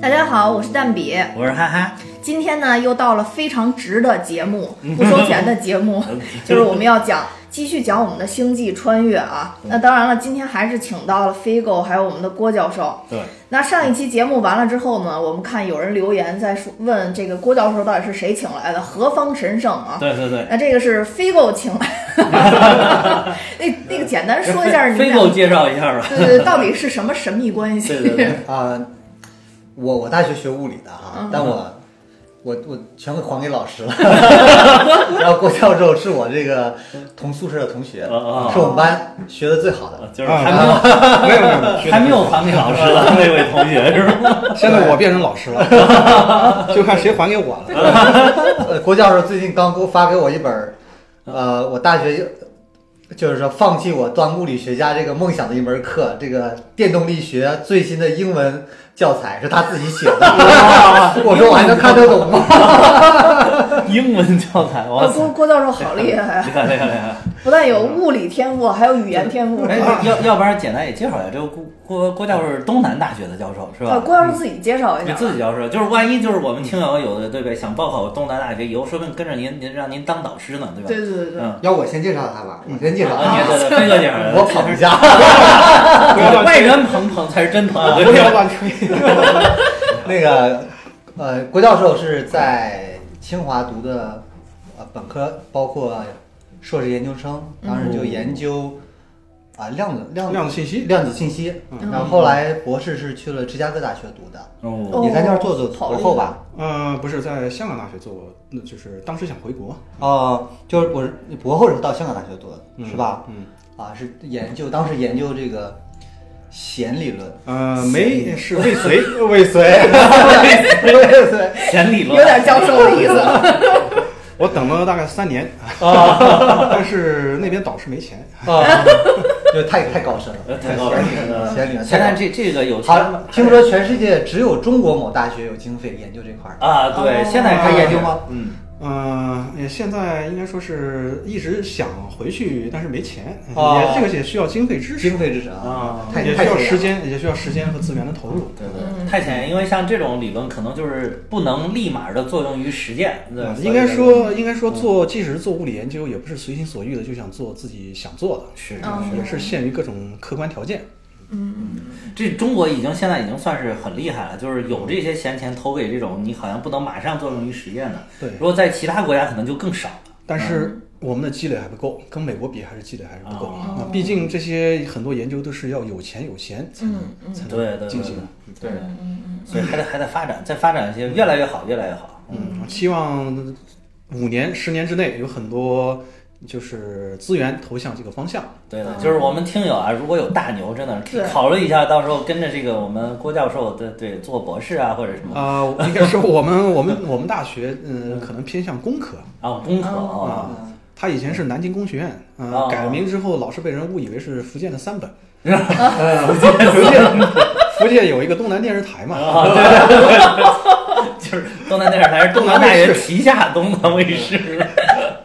大家好，我是蛋比。我是憨憨，今天呢，又到了非常值的节目，不收钱的节 目嗯，就是我们要讲，继续讲我们的星际穿越啊。嗯那当然了，今天还是请到了飞狗，还有我们的郭教授。对，那上一期节目完了之后呢，我们看有人留言在说问这个郭教授到底是谁请来的，何方神圣啊？对对对。那这个是飞狗请来 的，那那个简单说一下你们飞俩狗介绍一 下吧。对对对，到底是什么神秘关系？对对 对，啊，我我大学学物理的哈，但我我我全还给老师了。 然后郭教授是我这个同宿舍的同学，哦哦是我们班学的最好的。就是啊还没有没有没有没有，学得还没有还给老师的那位同学是吗？不错现在我变成老师了，就看谁还给我了。呃，郭教授最近刚给我发给我一本儿，呃，我大学就是说放弃我当物理学家这个梦想的一门课，这个电动力学最新的英文教材是他自己写的。 我说我还能看得懂吗？英文教材，哇呃塞！郭郭教授好厉害啊！厉害厉害厉害！不但有物理天赋，还有语言天赋。哎，要要不然简单也介绍一下，这个郭郭郭教授是东南大学的教授是啊，吧？郭教授自己介绍一你下吧。自己教授，就是万一就是我们听友有的对不对，想报考东南大学，以后说不定跟着您，您让您当导师呢，对吧？对对对对， 嗯，要我先介绍他吧，你先介绍啊，他你。对对，飞哥介绍的，我捧一下。不要啊乱外人捧捧才是真捧，啊对不不对要乱吹。那个，呃，郭教授是在清华读的，呃，本科包括硕士研究生，当时就研究啊、量子量量子信息量子信息，然后后来博士是去了芝加哥大学读的，哦，哦也在那儿做做好博后吧。呃，不是在香港大学做，那就是当时想回国，哦、就是我是博后是到香港大学读的，嗯是吧？嗯，啊，是研究当时研究这个弦理论，呃，没是未遂，未遂。对对。显理论啊有点教授的意思。我等了大概三年， 但是那边导师没钱，啊，就太太高深了，呃太高深了弦理论弦理现论太高深在了。这这个有好钱吗像听说全世界只有中国某大学有经费研究这块儿，啊，对，哦现在还是研究吗？嗯，呃，也现在应该说是一直想回去，但是没钱，哦也这个也需要经费支持经，费支持啊啊，太也需太要缺时间，也需要时间和资源的投入。对嗯对，太浅，因为像这种理论可能就是不能立马的作用于实践，对啊，所以嗯应该说，应该说做，即使是做物理研究，也不是随心所欲的就想做自己想做的，是嗯也是限于各种客观条件。这中国已经现在已经算是很厉害了，就是有这些闲钱投给这种你好像不能马上作用于实践的，对如果在其他国家可能就更少了。但嗯是我们的积累还不够，跟美国比还是积累还是不够哦啊。毕竟这些很多研究都是要有钱有闲才能嗯嗯才对对能对进对行。对，所以还得还得发展，再发展一些，越来越好，越来越好。嗯，希望五年、十年之内有很多就是资源投向这个方向。对的，就是我们听友啊，如果有大牛，真的可以对考虑一下，到时候跟着这个我们郭教授对对做博士啊，或者什么啊、应该说我们我们我们大学，嗯，可能偏向工科。啊，工科啊，啊，他以前是南京工学院，哦呃，改了名之后，老是被人误以为是福建 的三本。就是 福建有一个东南电视台嘛，啊啊就是东南电视台是东南大学旗下东南卫视。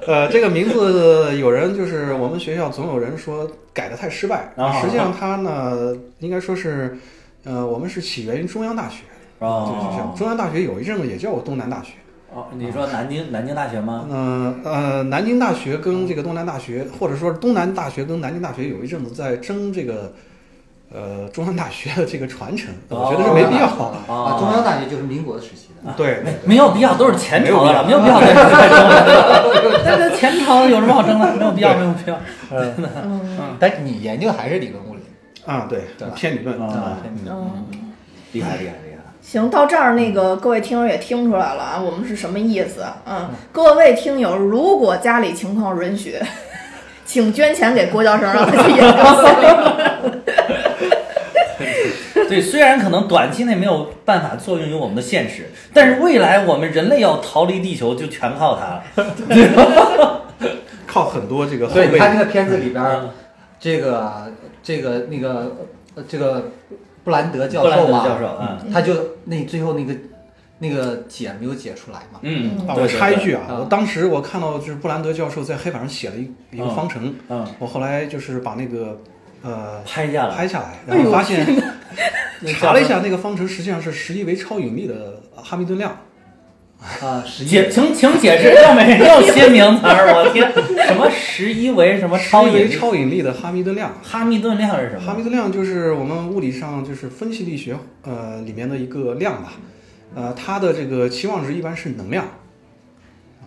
呃，这个名字有人就是我们学校总有人说改的太失败，啊实际上它呢，应该说是，呃，我们是起源于中央大学，就是这样。中央大学有一阵子也叫东南大学，哦，你说南京南京大学吗？嗯呃南京大学跟这个东南大学，或者说是东南大学跟南京大学有一阵子在争这个，呃，中央大学的这个传承，我哦觉得是没必要。啊。哦中央大学就是民国的时期的，对，没有必要，都是前朝的了，没有必要再再争 了。但是前朝有什么好争的？没有必要，没有必要。但是你研究还是理论物理啊，对对吧，偏理论啊啊，嗯嗯，厉害，厉害，厉害！行，到这儿那个各位听友也听出来了啊，我们是什么意思？嗯，各位听友，如果家里情况允许，请捐钱给郭教授，让他去研究森林。 对，虽然可能短期内没有办法作用于我们的现实，但是未来我们人类要逃离地球，就全靠它了。靠很多这个后对，你辈看那个片子里边儿嗯，这个这个那个呃这个布兰德教布兰授德嘛，教授，嗯他就那最后那个那个解没有解出来嘛，嗯，啊，对我插一句，对啊，啊我当时我看到就是布兰德教授在黑板上写了一一个方程，对对嗯，我后来就是把那个呃拍下来，拍下来，哎呦然后发现 查了一下那个方程，实际上是十一维超引力的哈密顿量。啊，十一解，请请解释，又 没又新名词儿，我天，什么十一维什么十超一引维力？超引力的哈密顿量。哈密顿量是什哈么？密顿量就是我们物理上就是分析力学呃里面的一个量吧，呃，它的这个期望值一般是能量。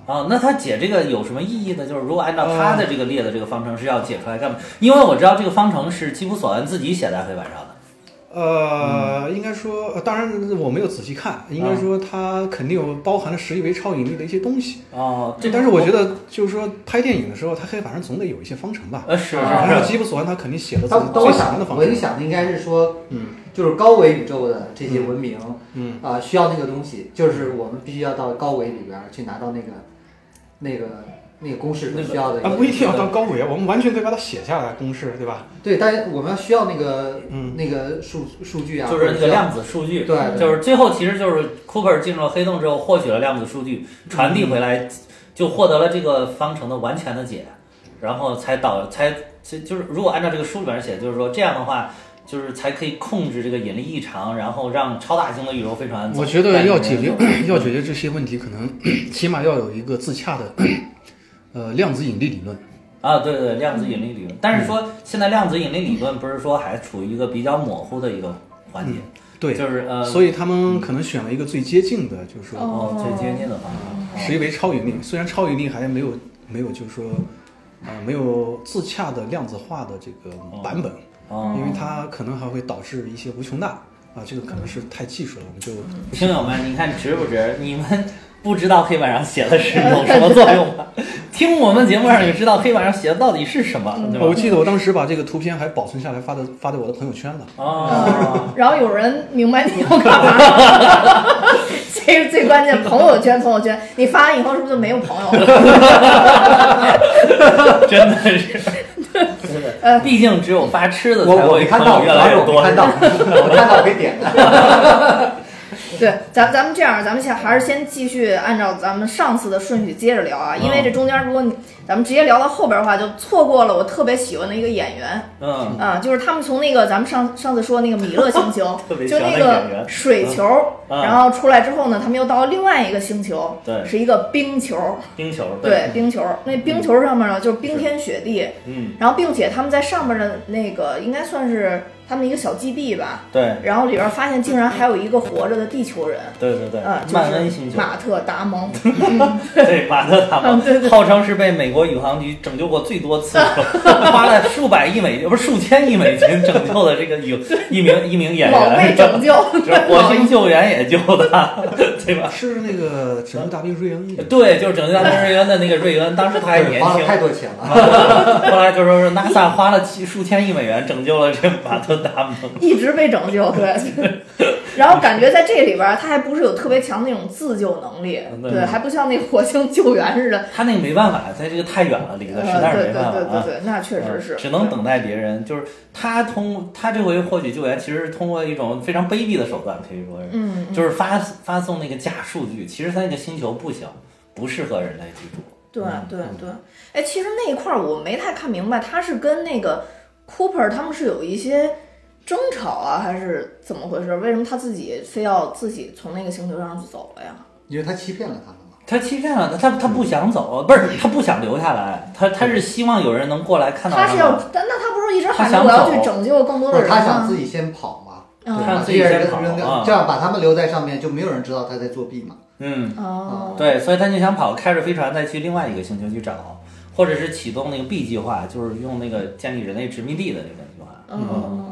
啊，那他解这个有什么意义呢？就是如果按照他的这个列的这个方程是要解出来干嘛？因为我知道这个方程是基普索恩自己写在黑板上的。呃，嗯应该说，呃当然我没有仔细看，应该啊说它肯定有包含了十一维超引力的一些东西。哦，这但是我觉得就是说拍电影的时候，它黑板上总得有一些方程吧。呃是啊然后是是，基普索恩他肯定写了自己但但我最喜欢的想，方我就程。想的应该是说，嗯就是高维宇宙的这些文明，嗯，啊、需要那个东西，就是我们必须要到高维里边儿去拿到那个那个那个公式所那个需要的一个、啊，不一定要到高维啊，我们完全可以把它写下来公式，对吧？对，但是我们要需要那个、嗯那个数数据啊，就是那个或者需要量子数据，对就是最后其实就是 Cooper 进入了黑洞之后获取了量子数据，传递回来就获得了这个方程的完全的解，然后才导才就就是如果按照这个书里边写，就是说这样的话。就是才可以控制这个引力异常，然后让超大型的宇宙飞船走。我觉得要解带 决着人类要解决这些问题，可能 起码要有一个自洽的呃量子引力理论。啊，对对，量子引力理论。但是说现在量子引力理论不是说还处于一个比较模糊的一个环节，嗯对，就是呃，所以他们可能选了一个最接近的，就是说哦最接近的方法。十一维超引力。虽然超引力还没有没有，就是说呃没有自洽的量子化的这个版本，哦，因为它可能还会导致一些无穷大啊，这个可能是太技术了，我们就听友们，你看值不值？你们不知道黑板上写的是有什么作用吗？听我们节目让你知道黑板上写的到底是什么，对嗯我吧？记得我当时把这个图片还保存下来，发到发到我的朋友圈了。哦， 然后有人明白你要干嘛， 这是最关键。朋友圈，朋友圈，你发完以后是不是就没有朋友了？真的是，毕竟只有发吃的才我哎我会没看到，朋友越来主越要是我多。没 看到，我看到我给点了。对，咱咱们这样，咱们先还是先继续按照咱们上次的顺序接着聊啊，因为这嗯中间如果你咱们直接聊到后边的话，就错过了我特别喜欢的一个演员嗯，啊，就是他们从那个咱们上上次说那个米勒星球 特别，喜就欢的那演个员水球，嗯嗯然后出来之后呢，他们又到了另外一个星球，对是一个冰球，冰球，对，冰球，那冰球上面呢就是冰天雪地，嗯，然后并且他们在上面的那个应该算是他们一个小基地吧，对，然后里边发现竟然还有一个活着的地球人，对对对啊，，就漫威星是球，马特达蒙， 对，马特塔嗯蒙对对号称是被美国宇航局拯救过最多次， 花了数百亿美金，不是数千亿美金拯救的这个有一名一名演老被员， 拯救， 这火星救援也救他，对吧？是那个《拯救大兵瑞恩》演的。呃对，就是拯救大兵瑞恩的那个瑞恩，当时他还对年花轻了，太多钱了。后来就说是 NASA 花了几数千亿美元拯救了这马特达蒙，一直被拯救，对。 然后感觉在这里边儿他还不是有特别强的那种自救能力嗯，对对，还不像那火星救援似 的，他那个没办法，他这个太远了，离得实呃，在是对对没办法对啊对。对，那确实是，嗯只能等待别人。就是他通他这回获取救援，其实是通过一种非常卑鄙的手段，可以说是，嗯，嗯，就是发发送那个假数据。其实他那个星球不小，不适合人类居住。对嗯对对，哎，其实那一块儿我没太看明白，他是跟那个 Cooper 他们是有一些争吵啊，还是怎么回事？为什么他自己非要自己从那个星球上去走了呀？ 因为他欺骗了他们嘛。他欺骗了他，他他不想走，不是他不想留下来，他他是希望有人能过来看到他是要们。，但那他不是一直他喊着想我要走去拯救更多不的是人他想吗自？己先跑嘛，嗯他把自这己些先人跑扔啊掉，这样把他们留在上面，就没有人知道他在作弊嘛。嗯，哦，对，所以他就想跑，开着飞船再去另外一个星球去找，或者是启动那个 B 计划，就是用那个建立人类殖民地的这个计划。哦，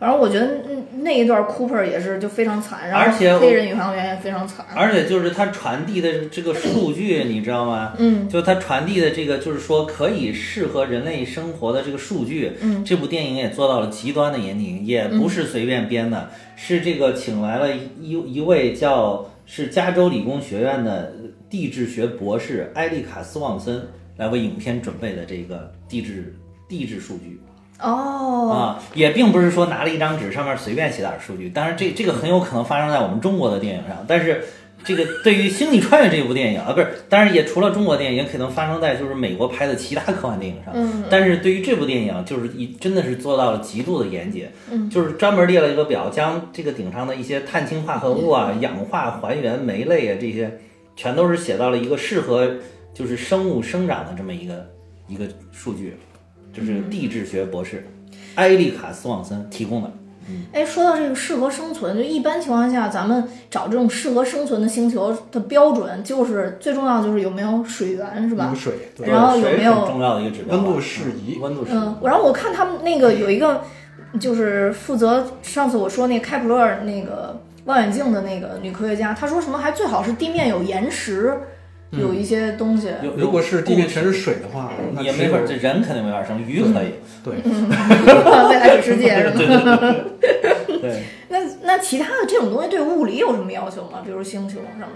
反正我觉得那那一段 Cooper 也是就非常惨，然而且后我黑人宇航员也非常惨。而且就是它传递的这个数据，你知道吗？嗯，就它传递的这个，就是说可以适合人类生活的这个数据，嗯，这部电影也做到了极端的严谨，也不是随便编的，是这个请来了一一位叫是加州理工学院的地质学博士埃利卡斯旺森来为影片准备的这个地质地质数据。哦，啊，也并不是说拿了一张纸上面随便写点数据，当然这这个很有可能发生在我们中国的电影上，但是这个对于《星际穿越》这部电影啊，不是，当然也除了中国电影，也可能发生在就是美国拍的其他科幻电影上。嗯但是对于这部电影，啊就是一真的是做到了极度的严谨，嗯就是专门列了一个表，将这个顶上的一些碳氢化合物嗯啊、氧化还原、酶类啊这些，全都是写到了一个适合就是生物生长的这么一个一个数据，就是嗯地质学博士埃利卡斯旺森提供的。哎，说到这个适合生存，就一般情况下，咱们找这种适合生存的星球的标准，就是最重要就是有没有水源，是吧补？水，对，然后有嗯水没有很重要的一个指标吧？温度适宜嗯温度适宜。嗯，然后我看他们那个有一个，就是负责上次我说那开普勒尔那个望远镜的那个女科学家，她说什么还最好是地面有岩石，有一些东西。嗯有如果是地面全是水的话，那嗯也只没有法，这人肯定没法生，鱼可以。对，未来水世 界是吗？对对对对，那那其他的这种东西对物理有什么要求吗？比如星球上面，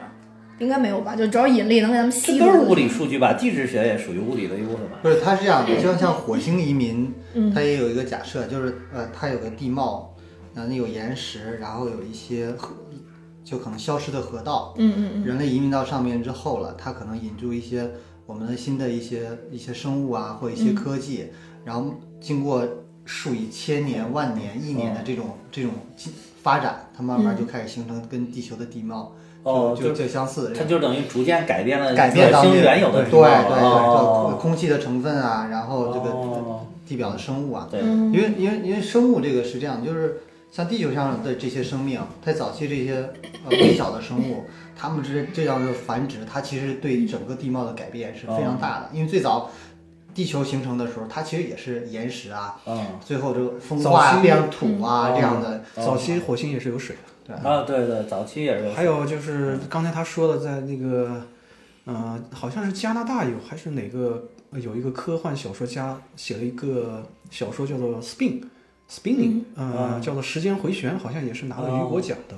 应该没有吧？就只要引力能给咱们吸这住。都是物理数据吧？地质学也属于物理的一部分吧？不是，它是这样的，就像像火星移民，嗯它也有一个假设，就是呃，它有个地貌，然后有岩石，然后有一些河，就可能消失的河道。嗯嗯嗯。人类移民到上面之后了，它可能引入一些我们的新的一些一些生物啊，或一些科技，嗯然后经过数以千年、万年、亿年的这嗯种这种进发展，它慢慢就开始形成跟地球的地貌哦，就就就相似的这它种。就等于逐渐改变了改变火当地星的原有的对地对貌对对，就哦空气的成分啊，然后这个哦地表的生物啊，对，嗯因为因为因为生物这个是这样，就是像地球上的这些生命，它早期这些呃微小的生物，它们这这样的繁殖，它其实对整个地貌的改变是非哦常大的。因为最早地球形成的时候，它其实也是岩石啊，嗯，最后这个风早化啊期变成土啊嗯这样的。呃早期火星也是有水的。对，啊，对对，早期也是还有就是刚才他说的，在那个，呃，好像是加拿大有还是哪个呃有一个科幻小说家写了一个小说叫做《Spin》，Spinning，呃，嗯啊叫做《时间回旋》，好像也是拿了哦雨果奖的。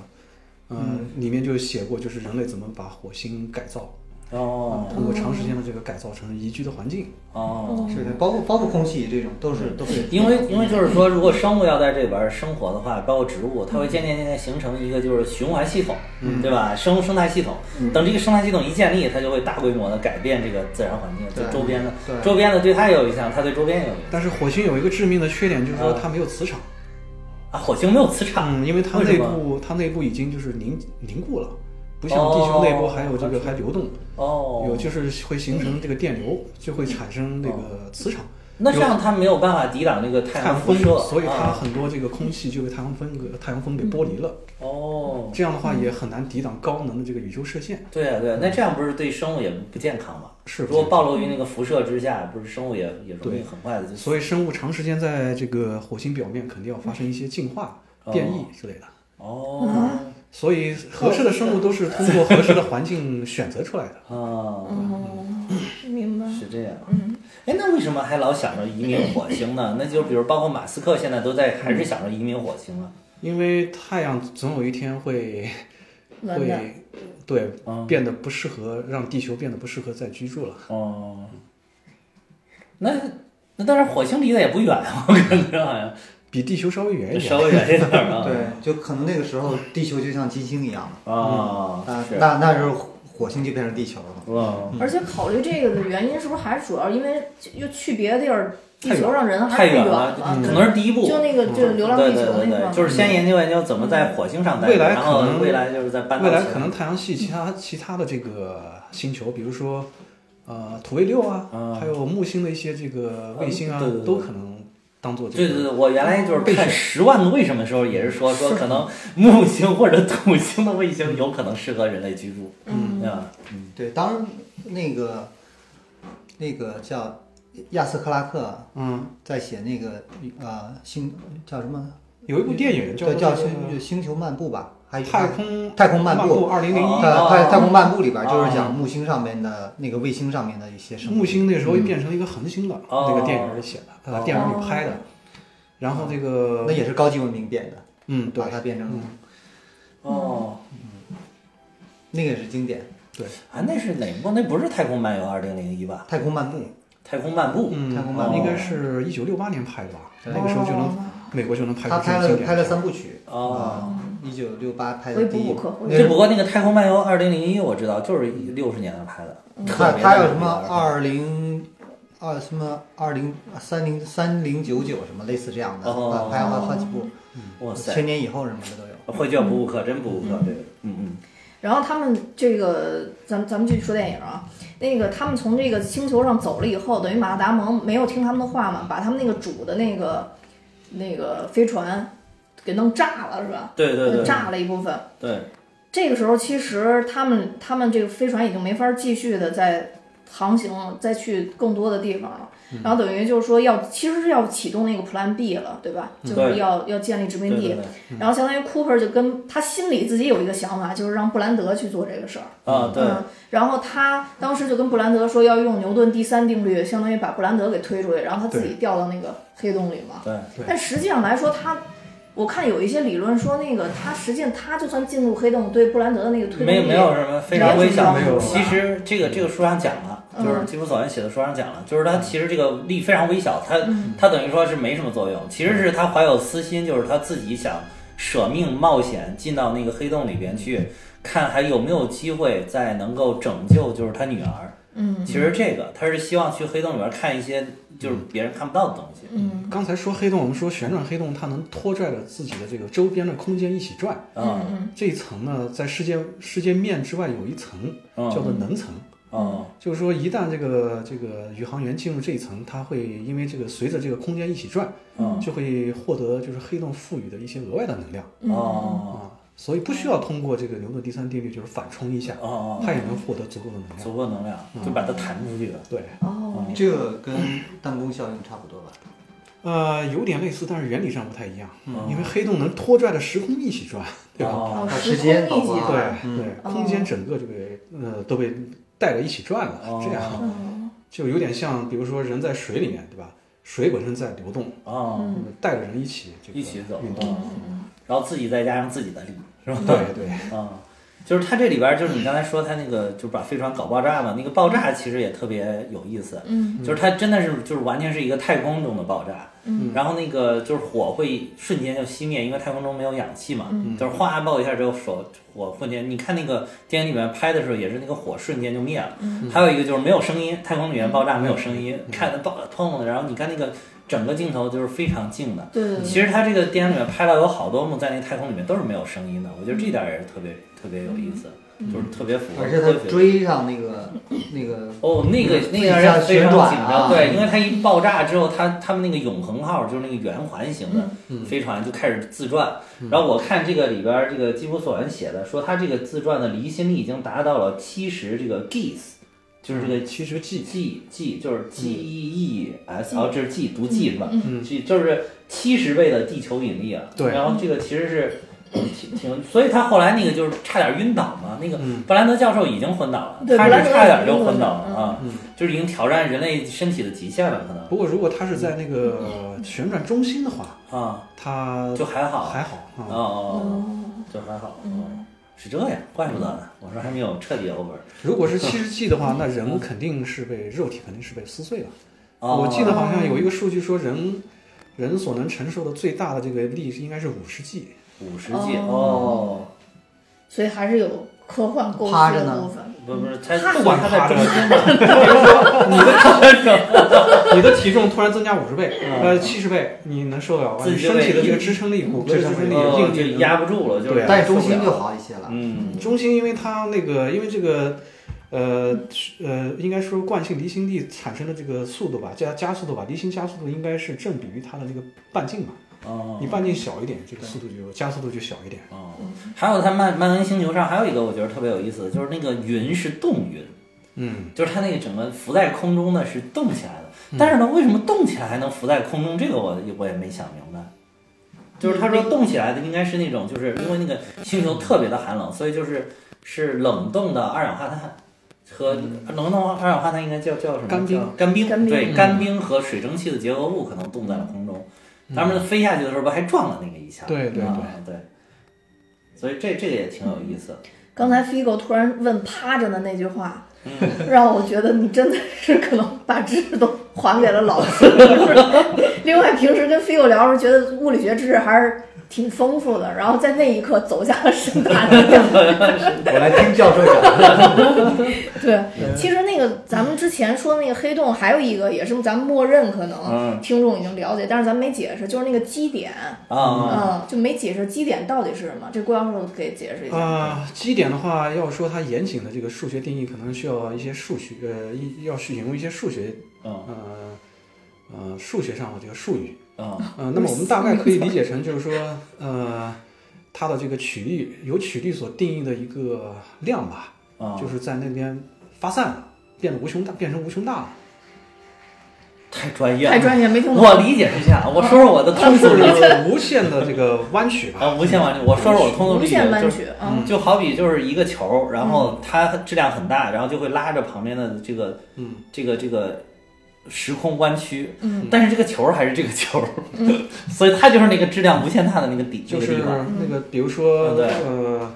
呃，嗯里面就写过，就是人类怎么把火星改造，哦通过长时间的这个改造成宜居的环境。哦，是的，包括包括空气这种都是都是因为因为就是说，如果生物要在这里边儿生活的话，包括植物，它会渐渐渐渐形成一个就是循环系统，嗯对吧？生物生态系统，等这个生态系统一建立，它就会大规模的改变这个自然环境，对就周边的对，周边的对它也有影响，它对周边也有影响。但是火星有一个致命的缺点，就是嗯说它没有磁场。啊，火星没有磁场，嗯，因为它为什内么部它内部已经就是凝凝固了，不像地球内部还有这个还流动，哦，有就是会形成这个电流，就会产生那个磁场。那这样它没有办法抵挡这个太太阳阳辐风射，，嗯所以它啊很多这个空气就被太阳风给太阳风给剥离了。哦，这样的话也很难抵挡高能的这个宇宙射线。对啊对啊，那这样不是对生物也不健康吗？是如果暴露于那个辐射之下，不是生物也也容易很快的就所以生物长时间在这个火星表面肯定要发生一些进化、哦变异之类的。哦所以合适的生物都是通过合适的环境选择出来的。啊，明白。是这样。嗯，哎，那为什么还老想着移民火星呢？那就比如包括马斯克现在都在还是想着移民火星啊。因为太阳总有一天会完蛋会对嗯变得不适合，让地球变得不适合再居住了。哦，那那当然火星离得也不远啊，我感觉好像比地球稍微远一稍点。微远一点 儿啊。对，就可能那个时候地球就像金星一样了啊，嗯啊，是那那时候火星就变成地球了嘛。哇。而且考虑这个的原因是不是还是主要因为又去别的地儿，地球上人还太是远了啊了，，可能是第一步。就那个就是《流浪对地球对》对那对，块，嗯就是先研究研究怎么在火星上待着，未来然后可能未来就是在搬到未来其他可能太阳系其他其他的这个星球，比如说呃土卫六啊嗯，还有木星的一些这个卫星啊嗯对对，对都可能当做这对对个对，我原来就是看《十万个为什么》的时候，也是说说可能木星或者土星的卫星有可能适合人类居住，啊嗯对吧？对，当然那个那个叫亚瑟克拉克嗯，在写那个呃星叫什么？有一部电影叫叫叫叫星星球漫步吧，还有太空太空漫步步。二零零哦一。呃，太太空漫步里边哦就是讲木星上面的那个卫星上面的一些生物。木星那时候变成一个恒星了，哦那个电影里写的，呃，电影里拍的。然后这个那也是高级文明变的，嗯，对把，它变成哦，那个也是经典。对，啊，那是哪部？那不是《太空漫游二零零一》吧？太空漫步，太空漫步，嗯，太空漫步应该是哦一九六八年拍的吧？对那个时候就能美国就能拍出他这拍么经了典拍了三部曲，啊哦，一九六八拍我的也第补一补课，我也只不过那个《太空漫游二零零一》，我知道就是六十年代拍的。他特别他嗯有的什么牛逼二零二什么二零三零三零九九什么类似这样的，哦拍了好几部，哇千塞，年以后什么的都有。会叫不误课，真不误课，这个，嗯嗯。然后他们这个，咱咱们继续说电影啊。那个他们从这个星球上走了以后，等于马达蒙没有听他们的话嘛，把他们那个主的那个那个飞船给弄炸了，是吧？对对对炸了一部分。对，这个时候，其实他们他们这个飞船已经没法继续的在航行，再去更多的地方了。嗯然后等于就是说要，其实是要启动那个 Plan B 了，对吧？就是嗯对要要建立殖对民对地。对然后相当于 Cooper 就跟他心里自己有一个想法，就是让布兰德去做这个事儿。啊，对，嗯，然后他当时就跟布兰德说要用牛顿第三定律，相当于把布兰德给推出去，然后他自己掉到那个黑洞里嘛。对对但实际上来说，他我看有一些理论说，那个他实际上他就算进入黑洞，对布兰德的那个推动没有力没有什么非常危险嗯没有其实这个这个书上讲了，嗯就是基普索恩写的书上讲了，就是他其实这个力非常微小，他嗯他等于说是没什么作用。其实是他怀有私心，就是他自己想舍命冒险进到那个黑洞里边去，看还有没有机会再能够拯救，就是他女儿。嗯其实这个他是希望去黑洞里边看一些就是别人看不到的东西。嗯刚才说黑洞，我们说旋转黑洞，它能拖拽着自己的这个周边的空间一起转。嗯嗯嗯这一层呢，在世界世界面之外有一层嗯叫做能层，嗯就是说一旦这个这个宇航员进入这一层，它会因为这个随着这个空间一起转，嗯就会获得就是黑洞赋予的一些额外的能量嗯哦啊，所以不需要通过这个牛顿第三定律就是反冲一下，哦，它也能获得足够的能量。足够能量就把它弹出去了。对，哦这个跟弹弓效应差不多吧？呃，有点类似，但是原理上不太一样，嗯因为黑洞能拖拽着时空一起转，对吧？哦哦，它时时空间力宝计宝划对嗯对，哦空间整个就被呃都被带着一起转了，这样哦嗯就有点像，比如说人在水里面，对吧？水本身在流动，哦，嗯带着人一起这个一起走运嗯动，然后自己再加上自己的力，是吧？对对，嗯，就是它这里边儿就是你刚才说它那个就是把飞船搞爆炸嘛，那个爆炸其实也特别有意思，嗯就是它真的是就是完全是一个太空中的爆炸，嗯，然后那个就是火会瞬间就熄灭，因为太空中没有氧气嘛，嗯就是哗爆一下之后手火瞬间，你看那个电影里面拍的时候也是那个火瞬间就灭了，嗯还有一个就是没有声音，太空里面爆炸没有声音，看爆砰的，然后你看那个整个镜头就是非常静的，对对对，其实他这个电影里面拍到有好多幕在那个太空里面都是没有声音的，我觉得这点儿也是特别特别有意思，就是特别符合而且科他学。追上那个那个，哦，那个那个自己让像人非常旋转紧张，啊对，因为它一爆炸之后，它他们那个永恒号就是那个圆环型的嗯飞船就开始自转，然后我看这个里边儿这个基普索恩写的说，它这个自转的离心力已经达到了七十这个 Gs，就是这个其实 G G G 就是 G E E S，哦，这是 G 读 G 是吧？嗯这就是七十倍的地球引力啊。对然后这个其实是挺挺，所以他后来那个就是差点晕倒嘛。那个嗯布兰德教授已经昏倒了，对他布兰德是差点就已经昏倒昏了倒啊，就是已经挑战人类身体的极限了，可能不过如果它是在那个旋转中心的话，啊，它就还好，还好哦啊。哦，哦哦就还好，嗯，是这样，怪不得呢。我说还没有彻底 over。如果是七十 G 的话，那人肯定是被肉体肯定是被撕碎了。哦我记得好像有一个数据说人。人所能承受的最大的这个力应该是五十 G，五十 G 哦哦，所以还是有科幻构趴思着的呢部分。不不是，他他不管他在中间嘛， 你的体重突然增加五十倍，呃七十倍，你能受得了吗？嗯自你己就身被体的这个支撑力，骨骼的支撑力、哦硬就力压不住了，就是对但是中心受不就了好一些了。嗯，中心，因为它那个，因为这个，呃呃，应该说惯性离心力产生的这个速度吧，加加速度吧，离心加速度应该是正比于它的这个半径吧。哦，你半径小一点，这个速度就加速度就小一点。哦，还有他曼曼恩星球上还有一个我觉得特别有意思的，就是那个云是动云，嗯，就是它那个整个浮在空中呢是动起来的，但是呢，为什么动起来还能浮在空中？这个我我也没想明白。就是他嗯说动起来的应该是那种，就是因为那个星球特别的寒冷，所以就是是冷冻的二氧化碳和冷冻二氧化碳应该叫叫什么？嗯干冰叫干冰，干冰对，嗯干冰和水蒸气的结合物可能冻在了空中。他们飞下去的时候不还撞了那个一下？嗯对对啊对。所以这这个也挺有意思。刚才 Figo 突然问趴着的那句话，让我觉得你真的是可能把知识都 还给了老师。另外，平时跟 Figo 聊的时候，觉得物理学知识还是挺丰富的，然后在那一刻走向了盛大的。我来听教授讲。 对，其实那个咱们之前说的那个黑洞，还有一个也是咱们默认可能嗯听众已经了解，但是咱没解释，就是那个基点，啊，嗯，就没解释基点到底是什么。这郭教授给解释一下。啊、基点的话，要说它严谨的这个数学定义，可能需要一些数学，呃，一要去引用一些数学，嗯呃，呃，数学上的这个术语。嗯呃，那么我们大概可以理解成就是说，呃，它的这个曲率由曲率所定义的一个量吧，嗯，就是在那边发散了，变得无穷大，变成无穷大了。太专业了，太专业，没听懂。我理解一下，我说说我的通就俗理解是无限的这个弯曲吧。啊，无限弯曲，我说说我通俗嗯无理限嗯解，弯就是曲，嗯，就好比就是一个球，然后它质量很大，然后就会拉着旁边的这个嗯，这个这个时空弯曲，嗯，但是这个球还是这个球， 所以它就是那个质量无限大的那个底，就那个是地方，那个，比如说嗯对呃，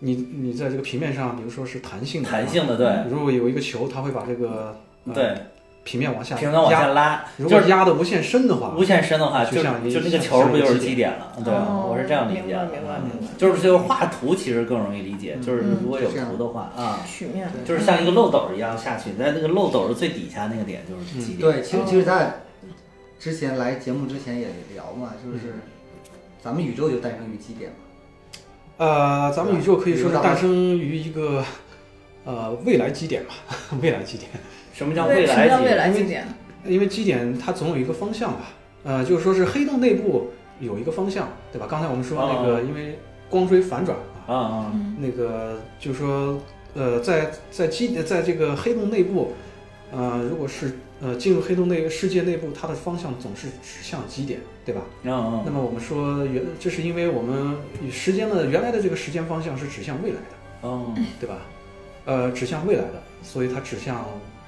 你你在这个平面上，比如说是弹性的，弹。性的，对如果有一个球，它会把这个、呃、对，平面往下平常往下压，拉，如就果是压的无限深的话，无限深的话，就啊就像一就那个像球不就是像一个基基点了？嗯对，哦我是这样理解明白，的。明白，明白。就是就是画图其实更容易理解，就是嗯如果有这样图的话啊，曲面，就是像一个漏斗一样下去，在那个漏斗的最底下那个点就是基点。 对，其实其实咱之前来节目之前也聊嘛，就是咱们宇宙就诞生于基点嘛。呃，咱们宇宙可以说是对诞生于一个呃未来基点吧， 未来基点，什么叫对未什么来叫基未点？来基点？因为基点它总有一个方向吧，呃，就是说是黑洞内部有一个方向，对吧？刚才我们说那哦个，因为光锥反转啊，啊啊，那个就是说呃，在在基在这个黑洞内部，呃，如果是呃进入黑洞内世界内部，它的方向总是指向基点，对吧？嗯嗯那么我们说原，这是因为我们与时间的原来的这个时间方向是指向未来的，嗯对吧？呃，指向未来的，所以它指向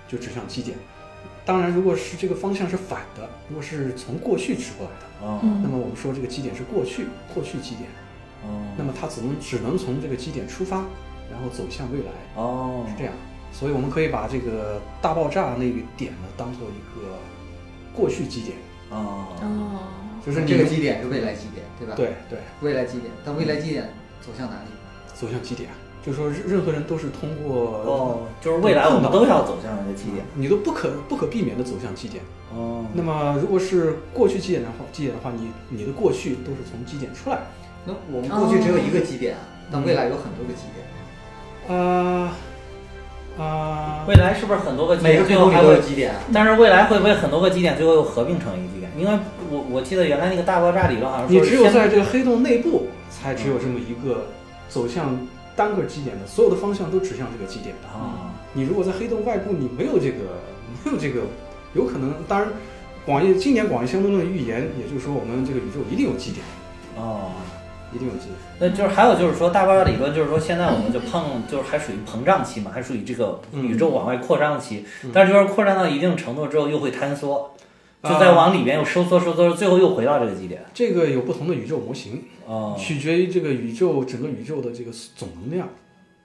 就指向基点。当然，如果是这个方向是反的，如果是从过去指过来的，嗯那嗯，么我们说这个基点是过去，过去基点，那嗯，么它只能只能从这个基点出发，然后走向未来，哦是这样。所以我们可以把这个大爆炸那个点呢，当做一个过去基点，哦，哦，就是你这个基点是未来基点，对吧？，对对。未来基点，但未来基点走向哪里？走向基点，就是说任任何人都是通过，哦，就是未来我们都要走向一个基点。你都不可不可避免的走向基点。哦，那么如果是过去基点的话，基点的话，你你的过去都是从基点出来的。那我们过去只有一个基点啊，但未来有很多个基点。啊、啊、未来是不是很多个基每个点黑最后洞里还都有会？基点啊。但是未来会不会很多个基点最后又合并成一个基点？因为我我记得原来那个大爆炸理论好像你嗯说是只有先在这个黑洞内部才只有这么一个走向单个基点的，所有的方向都指向这个基点的。啊你如果在黑洞外部，你没有这个，没有这个，有可能。当然，广义经典广义相对论预言，也就是说我们这个宇宙一定有基点，哦。一定有基点。那就是还有就是说，大爆炸理论就是说，现在我们就碰就是还属于膨胀期嘛，还属于这个嗯宇宙往外扩张期，但是就是扩张到一定程度之后又会坍缩，就啊再往里边又收缩收缩，最后又回到这个基点。这个有不同的宇宙模型，哦取决于这个宇宙整个宇宙的这个总能量。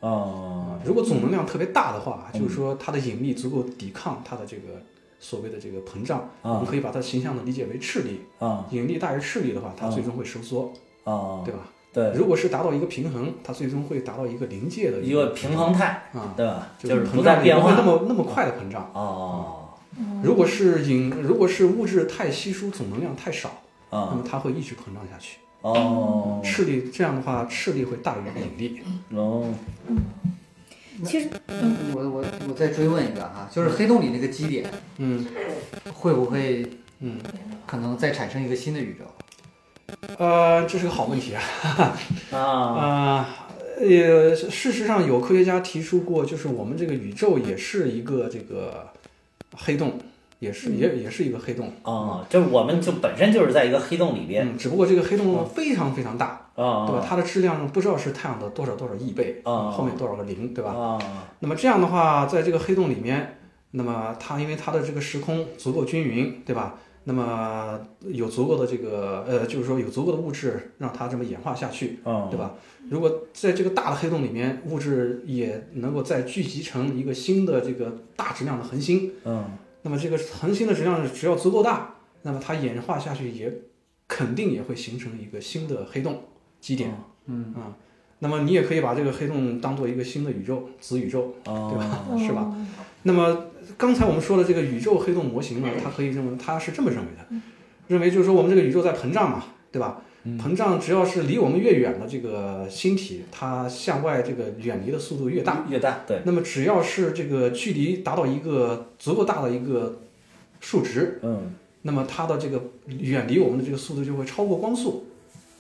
哦如果总能量特别大的话，嗯就是说它的引力足够抵抗它的这个所谓的这个膨胀，我啊们可以把它形象的理解为斥力。啊引力大于斥力的话，它最终会收缩，啊！对吧？对，如果是达到一个平衡，它最终会达到一个临界的一个平衡态，啊，对吧？就是膨不胀再也变不会那化。么那么快的膨胀。哦如果是引，如果是物质太稀疏，总能量太少，那啊么它会一直膨胀下去。哦斥力这样的话，斥力会大于引力。哦其实我我我再追问一个哈，就是黑洞里那个基点嗯会不会嗯。可能再产生一个新的宇宙？呃，这是个好问题啊。啊啊、呃，也事实上有科学家提出过，就是我们这个宇宙也是一个这个黑洞，也是也也是一个黑洞。哦，就是我们就本身就是在一个黑洞里边嗯，只不过这个黑洞非常非常大，对吧？啊它的质量不知道是太阳的多少多少亿倍，啊后面多少个零，对吧？啊那么这样的话，在这个黑洞里面，那么它因为它的这个时空足够均匀，对吧？那么有足够的这个呃，就是说有足够的物质让它这么演化下去，嗯对吧？如果在这个大的黑洞里面，物质也能够再聚集成一个新的这个大质量的恒星，嗯那么这个恒星的质量只要足够大，那么它演化下去也肯定也会形成一个新的黑洞基点。嗯啊，那么你也可以把这个黑洞当做一个新的宇宙子宇宙，对哦，吧？是吧？那么刚才我们说的这个宇宙黑洞模型呢，它可以认为它是这么认为的，认为就是说我们这个宇宙在膨胀嘛，对吧？膨胀只要是离我们越远的这个星体，它向外这个远离的速度越大。越大，对，那么只要是这个距离达到一个足够大的一个数值，嗯，那么它的这个远离我们的这个速度就会超过光速。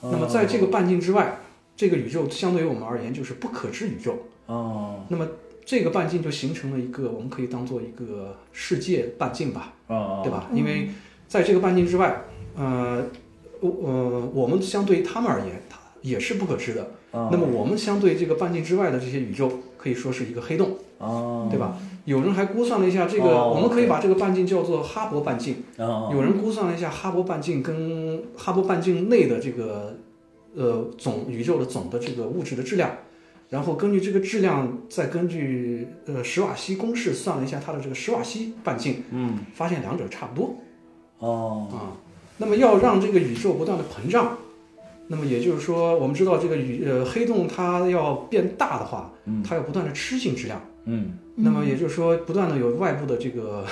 那么在这个半径之外，这个宇宙相对于我们而言就是不可知宇宙。哦，那么这个半径就形成了一个，我们可以当做一个世界半径吧，哦哦，对吧？因为在这个半径之外，呃，我呃，我们相对于他们而言，它也是不可知的。哦那么我们相对这个半径之外的这些宇宙，可以说是一个黑洞，哦，对吧？有人还估算了一下，这个哦我们可以把这个半径叫做哈勃半径。哦，有人估算了一下哈勃半径跟哈勃半径内的这个呃总宇宙的总的这个物质的质量，然后根据这个质量，再根据呃史瓦西公式算了一下它的这个史瓦西半径，嗯，发现两者差不多哦，啊。那么要让这个宇宙不断的膨胀，那么也就是说，我们知道这个宇呃黑洞它要变大的话，它要不断的吃进质量。嗯，那么也就是说，不断的有外部的这个，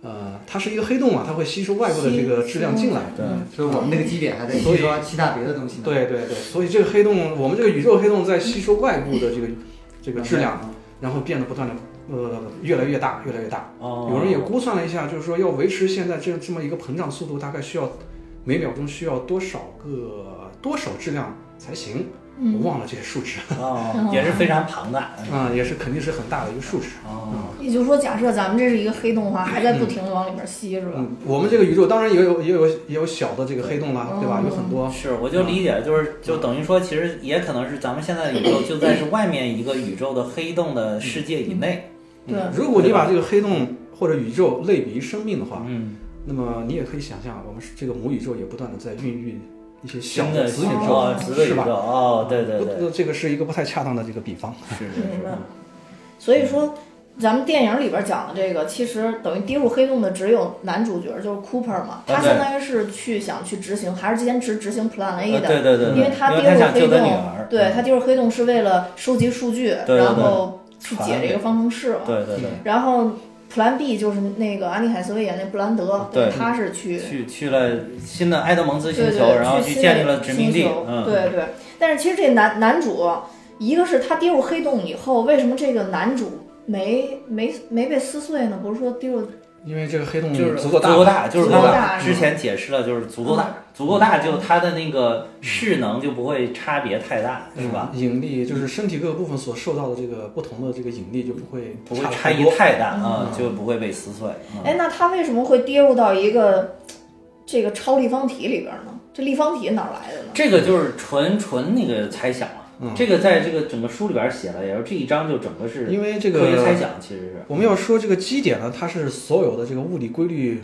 呃，它是一个黑洞嘛，它会吸收外部的这个质量进来。对，所以我们那个基点还在所吸以收其他别的东西呢。对对对，所以这个黑洞，我们这个宇宙黑洞在吸收外部的这嗯个这个质量，然后变得不断的呃越来越大，越来越大。哦，有人也估算了一下，就是说要维持现在这这么一个膨胀速度，大概需要每秒钟需要多少个多少质量才行？嗯我忘了这些数值哦，也是非常庞大，啊、也是肯定是很大的一个数值。哎哦，也就是说，假设咱们这是一个黑洞的话，还在不停的往里面吸，是吧？嗯，我们这个宇宙当然也有也有也有小的这个黑洞啦，对吧？有很多哦是，我就理解，就是就等于说，其实也可能是咱们现在的宇宙就在是外面一个宇宙的黑洞的世界以内，对，如果你把这个黑洞或者宇宙类比于生命的话，嗯，那么你也可以想象，我们是这个母宇宙也不断的在孕育一些小新的子宇宇宙宙，哦子的宇是宙，吧？哦，对对对，不这个是一个不太恰当的这个比方。是是明白是，了。所以说，咱们电影里边讲的这个，其实等于跌入黑洞的只有男主角，就是 Cooper 嘛，啊他对相当于是去想去执行，还是坚持执行 Plan 呃 A 的。对对对，因为他他跌入想黑救他女洞儿，，嗯对他跌入黑洞是为了收集数据，对对然后去解传这个方程式嘛。对对对。然后 Plan B 就是那个安妮海瑟薇演那布兰德，对他是去去去了新的埃德蒙兹星对球，对，然后去去新建的立了殖民地星球。嗯，对对。但是其实这男男主，一个是他跌入黑洞以后，为什么这个男主没没没被撕碎呢？不是说跌入因为这个黑洞就是嗯足够大，大，就是足够刚大嗯才是之吗前解释了，就是足够大，足够大，就它的那个势能就不会差别太大，是吧？嗯？引力就是身体各个部分所受到的这个不同的这个引力就嗯不会不会差太异多。太大啊，就不会被撕碎。嗯嗯哎，那他为什么会跌入到一个这个超立方体里边呢？这立方体哪儿来的呢？这个就是纯纯那个猜想嗯了，这个在这个整个书里边写了，也就是这一章就整个是因为这科学猜个想，其实是我们要说这个基点呢，它是所有的这个物理规律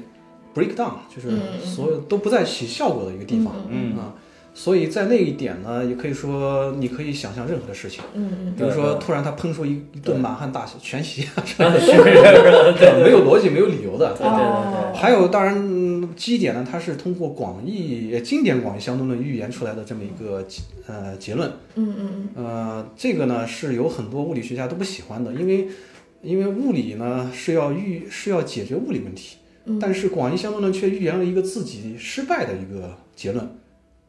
breakdown，就是嗯所有都不再起效果的一个地方。嗯啊，所以在那一点呢，也可以说你可以想象任何的事情，嗯比如对说对突然他喷出一一顿满汉大席全席啊， 是嗯是是，对对呃没有逻辑、没有理由的。对对哦还有，当然嗯基点呢，它是通过广义呃经典广义相对论预言出来的这么一个结呃结论。嗯嗯呃，这个呢是有很多物理学家都不喜欢的，因为因为物理呢是要预是要解决物理问题，嗯但是广义相对论却预言了一个自己失败的一个结论，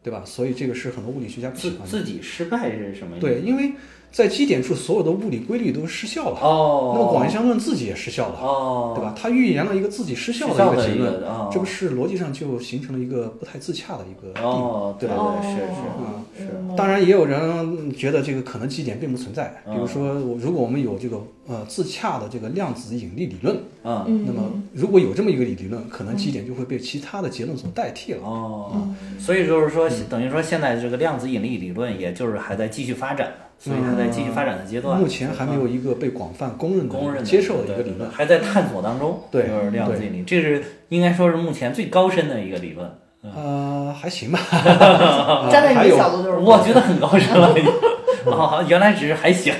对吧？所以这个是很多物理学家对，不喜自欢的。自己失败是什么意思？对，因为在基点处所有的物理规律都失效了，哦，那么广义相对论自己也失效了，哦，对吧？它预言了一个自己失效失效的的一个结一个论，啊哦这不是逻辑上就形成了一个不太自洽的一个地方。哦，对对对哦是嗯嗯是是，当然，也有人觉得这个可能基点并不存在。比如说，我如果我们有这个呃自洽的这个量子引力理论，嗯，嗯，那么如果有这么一个理论，可能基点就会被其他的结论所代替了。哦，嗯所以就是说，等于说现在这个量子引力理论，也就是还在继续发展，所以还在继续发展的阶段，目前还没有一个被广泛公认的、公认的嗯接受的对一个理论。还在探索当中，对就是量子引力，这是应该说是目前最高深的一个理论，呃，还行 吧。呃站在还你有的角度就是我觉得很高深了。哦，原来只是还行，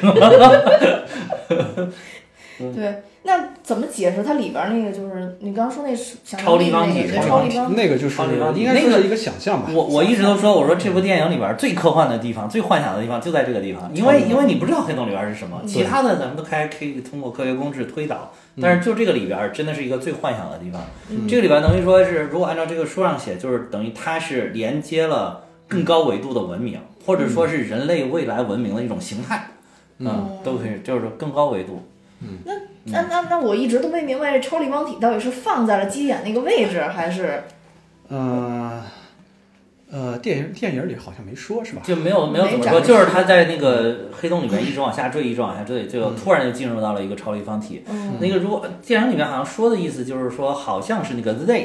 对，那怎么解释它里边儿那个？就是你刚刚说那是想超立方体那是吧个超立方体，那个就是超立方体应该说是一个想象吧。我我一直都说，我说这部电影里边最科幻的地方、最幻想的地方就在这个地方，因为因为你不知道黑洞里边是什么，其他的咱们都开可以通过科学公式推导，但是就这个里边真的是一个最幻想的地方。这个里边等于说是，如果按照这个书上写，就是等于它是连接了更高维度的文明，或者说是人类未来文明的一种形态，嗯，都可以，就是更高维度。那那那我一直都没明白，这超立方体到底是放在了基点那个位置，还是呃呃，电影电影里好像没说是吧？就没有没有怎么没说，展示就是他在那个黑洞里面一直往下坠，一直往下坠，最后突然就进入到了一个超立方体。嗯那个如果电影里面好像说的意思就是说，好像是那个 they，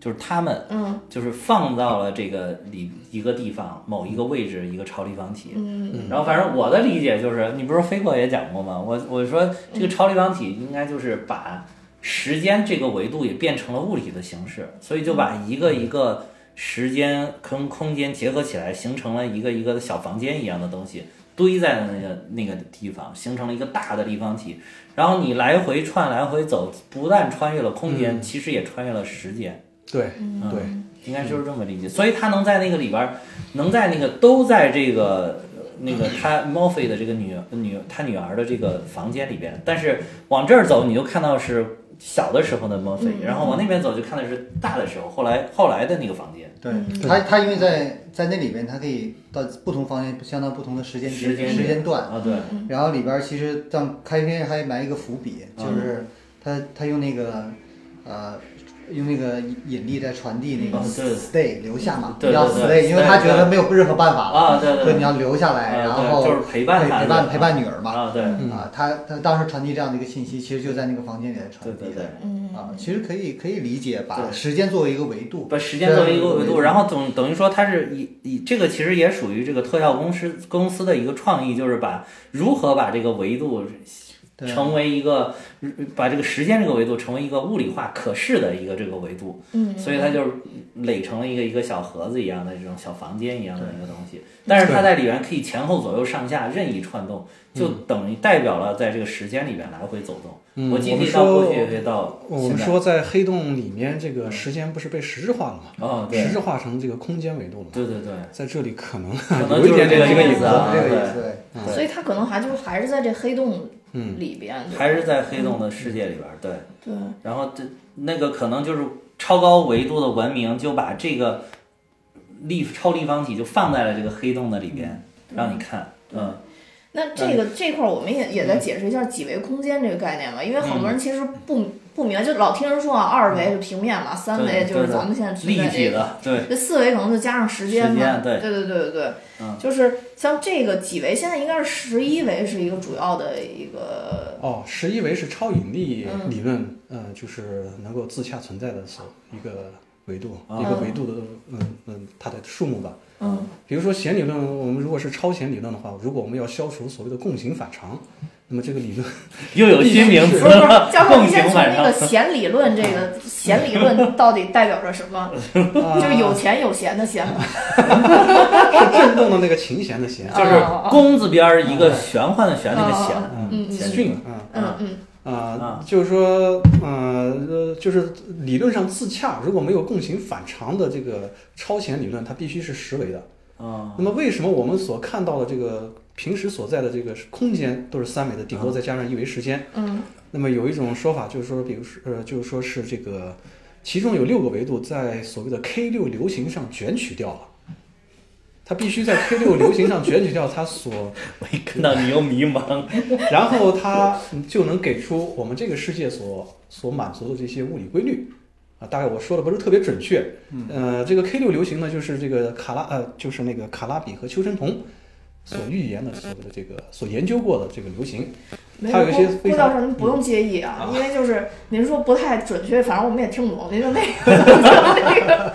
就是他们，嗯就是放到了这个里一个地方某一个位置一个超立方体。嗯然后反正我的理解就是，你不是飞过也讲过吗？我我说这个嗯超立方体应该就是把时间这个维度也变成了物理的形式，所以就把一个一个时间跟空间结合起来，形成了一个一个的小房间一样的东西，堆在了那个那个地方，形成了一个大的立方体。然后你来回串来回走，不但穿越了空间，其实也穿越了时间。对嗯对，应该就是这么理解。所以他能在那个里边儿，能在那个都在这个呃那个他 Morphy 的这个女女他女儿的这个房间里边，但是往这儿走你就看到是小的时候的 Morphy，、然后往那边走就看的是大的时候，后来后来的那个房间。对嗯他，他因为在在那里边，他可以到不同方向，相当不同的时间时间节时间段，啊，对，然后里边儿其实让开篇还埋一个伏笔，就是他他用那个呃用那个引力在传递那个哦对 stay 留下嘛，对对要对 stay，因为 stay，他觉得对没有任何办法了，啊，对说对你对，要留下来，啊然对后就是陪伴陪他陪伴对陪伴女儿嘛。啊，对，啊，他他当时传递这样的一个信息，其实就在那个房间里在传对递对的对。嗯啊，其实可以可以理解，把对时间作为一个维度，把时间作为一个维度，然后等等于说它是以以这个其实也属于这个特效公司公司的一个创意，就是把如何把这个维度对成为一个把这个时间这个维度成为一个物理化可视的一个这个维度，嗯，所以它就是垒成了一个一个小盒子一样的这种小房间一样的一个东西，但是它在里边可以前后左右上下任意窜动，就等于代表了在这个时间里边来回走动。嗯我既可以我们到过说去，也可以到呃我现们在。说在黑洞里面，这个时间不是被实质化了吗？哦，对实，质化成这个空间维度了嘛。对对对。在这里 可能可能有一就是点这点个这个意影思子啊这个对意思。对所以它可能还就还是在这黑洞嗯里边，对吧还是在黑洞的世界里边儿，对。对，然后这那个可能就是超高维度的文明就把这个立超立方体就放在了这个黑洞的里边，让你看，嗯，那这个这块儿我们也也再解释一下几维空间这个概念吧，因为好多嗯人其实不不明白，就老听人说啊，二维是平面嘛，三维对就是对的咱们现在存立在体这个，的，对，这四维可能就加上时间时嘛，间对对对对对对嗯就是像这个几维，现在应该是十一维是一个主要的一 个，哦，十一维是超引力嗯理论，呃，就是能够自洽存在的所一个维度，哦一个维度的，嗯嗯，它的数目吧。嗯比如说弦理论，我们如果是超弦理论的话，如果我们要消除所谓的共性反常，那么这个理论 又有新名不词是不 是了，，教授，共你先情从反那 个常，弦理论这 个弦理论到底代表着什 么？就是有钱有闲的闲嘛，是震动的那个琴弦的弦，啊就哦是哦哦公字边儿一个玄幻的玄那个哦玄，嗯嗯弦韵啊嗯嗯啊啊，就是说，呃，呃就是理论上自洽，如果没有共情反常的这个超弦理论，它必须是十维的。嗯，那么为什么我们所看到的这个平时所在的这个空间都是三维的，顶多再加上一维时间？嗯那么有一种说法就是说，比如说呃，就是说是这个，其中有六个维度在所谓的 K 六流行上卷取掉了，它必须在 K 六流行上卷取掉它所，我一看到你又迷茫，然后它就能给出我们这个世界所所满足的这些物理规律。啊，大概我说的不是特别准确。嗯呃，这个 K 六流行呢，就是这个卡拉呃，就是那个卡拉比和丘成桐所预言的所谓的这个所研究过的这个流行。没它有一郭些郭非常教授，您不用介意啊，因为就是您说不太准确，反正我们也听不懂。您就那个 那个，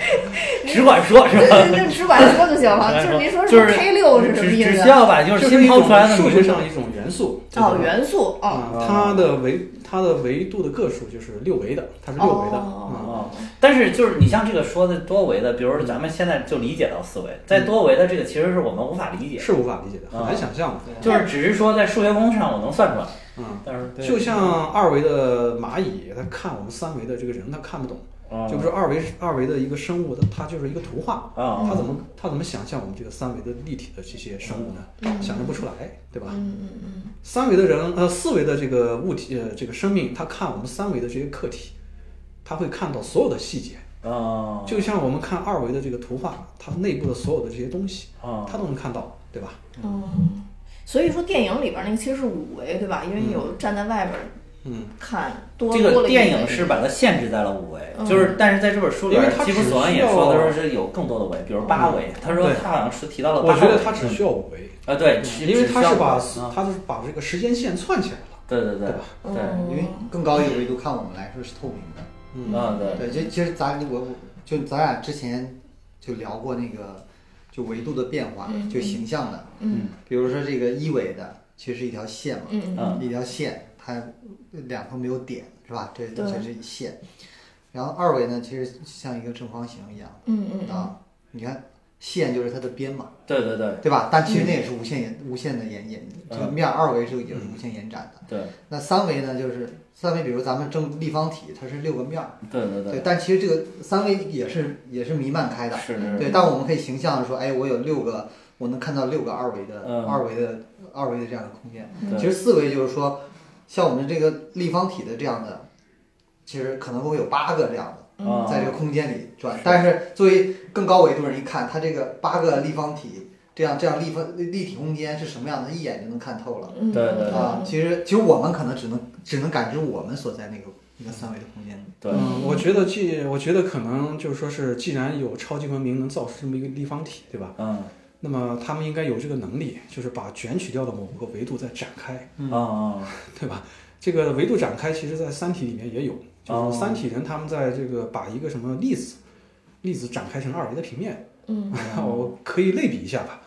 只管说是 吧？您就只管说就行了。就是您说什么 K 六是什么只意只需思？啊要把就是这是新一抛出来种的数名学字上一种元素哦，元素哦。啊，它的维它的维度的个数就是六维的，它是六维的啊。哦，但是就是你像这个说的多维的，比如说咱们现在就理解到四维，在多维的这个其实是我们无法理解，是无法理解的，很啊难想象的。就是只是说在数学公式上我能算出来，嗯，但是就像二维的蚂蚁，它看我们三维的这个人，它看不懂。啊就比如二维二维的一个生物，它它就是一个图画，啊它怎么它怎么想象我们这个三维的立体的这些生物呢？想象不出来，对吧？嗯嗯嗯，三维的人，呃，四维的这个物体，呃，这个生命，它看我们三维的这些客体，它会看到所有的细节，啊就像我们看二维的这个图画，它内部的所有的这些东西，啊它都能看到，对吧？嗯所以说电影里边那个其实是五维，对吧？因为有站在外边嗯，看多这多个了一电维影是把它限制在了五维，嗯就是但是在这本书里因边为，它基普只索恩也需要说，他说是有更多的维，比如八维，他说对他好像是提到了八我维，觉得它只需要五维，啊对，只因为它是把只需要啊它就是把这个时间线串起来了，对对对对吧嗯对因为更高一个维度看我们来说是透明的。嗯，啊对对，就其实咱我我就咱俩之前就聊过那个就维度的变化，嗯就形象的，嗯比如说这个一维的其实是一条线嘛，嗯嗯嗯一条线它两头没有点是吧？这对这是一线。然后二维呢，其实像一个正方形一样嗯嗯嗯，啊，你看线就是它的边嘛，对对对对吧？但其实那也是无限延、无限的延延，这嗯个面二维是也是无限延展的。对那三维呢，就是三维，比如咱们正立方体，它是六个面儿。对对对，对，但其实这个三维也是也是弥漫开的，是是对，但我们可以形象地说，哎，我有六个，我能看到六个二维的、嗯二维的二维的这样的空间。对其实四维就是说，像我们这个立方体的这样的，其实可能会有八个这样的嗯啊在这个空间里转，但是作为更高维度人一看，它这个八个立方体这样这样立方立体空间是什么样的，一眼就能看透了。嗯对对啊，其实其实我们可能只能只能感知我们所在那个那个三维的空间。对嗯，我觉得既我觉得可能就是说是，既然有超级文明能造出这么一个立方体，对吧？嗯那么他们应该有这个能力，就是把卷取掉的某个维度再展开，啊啊对吧？这个维度展开，其实在《三体》里面也有，就哦是三体人他们在这个把一个什么粒子，粒子展开成二维的平面，嗯我可以类比一下吧，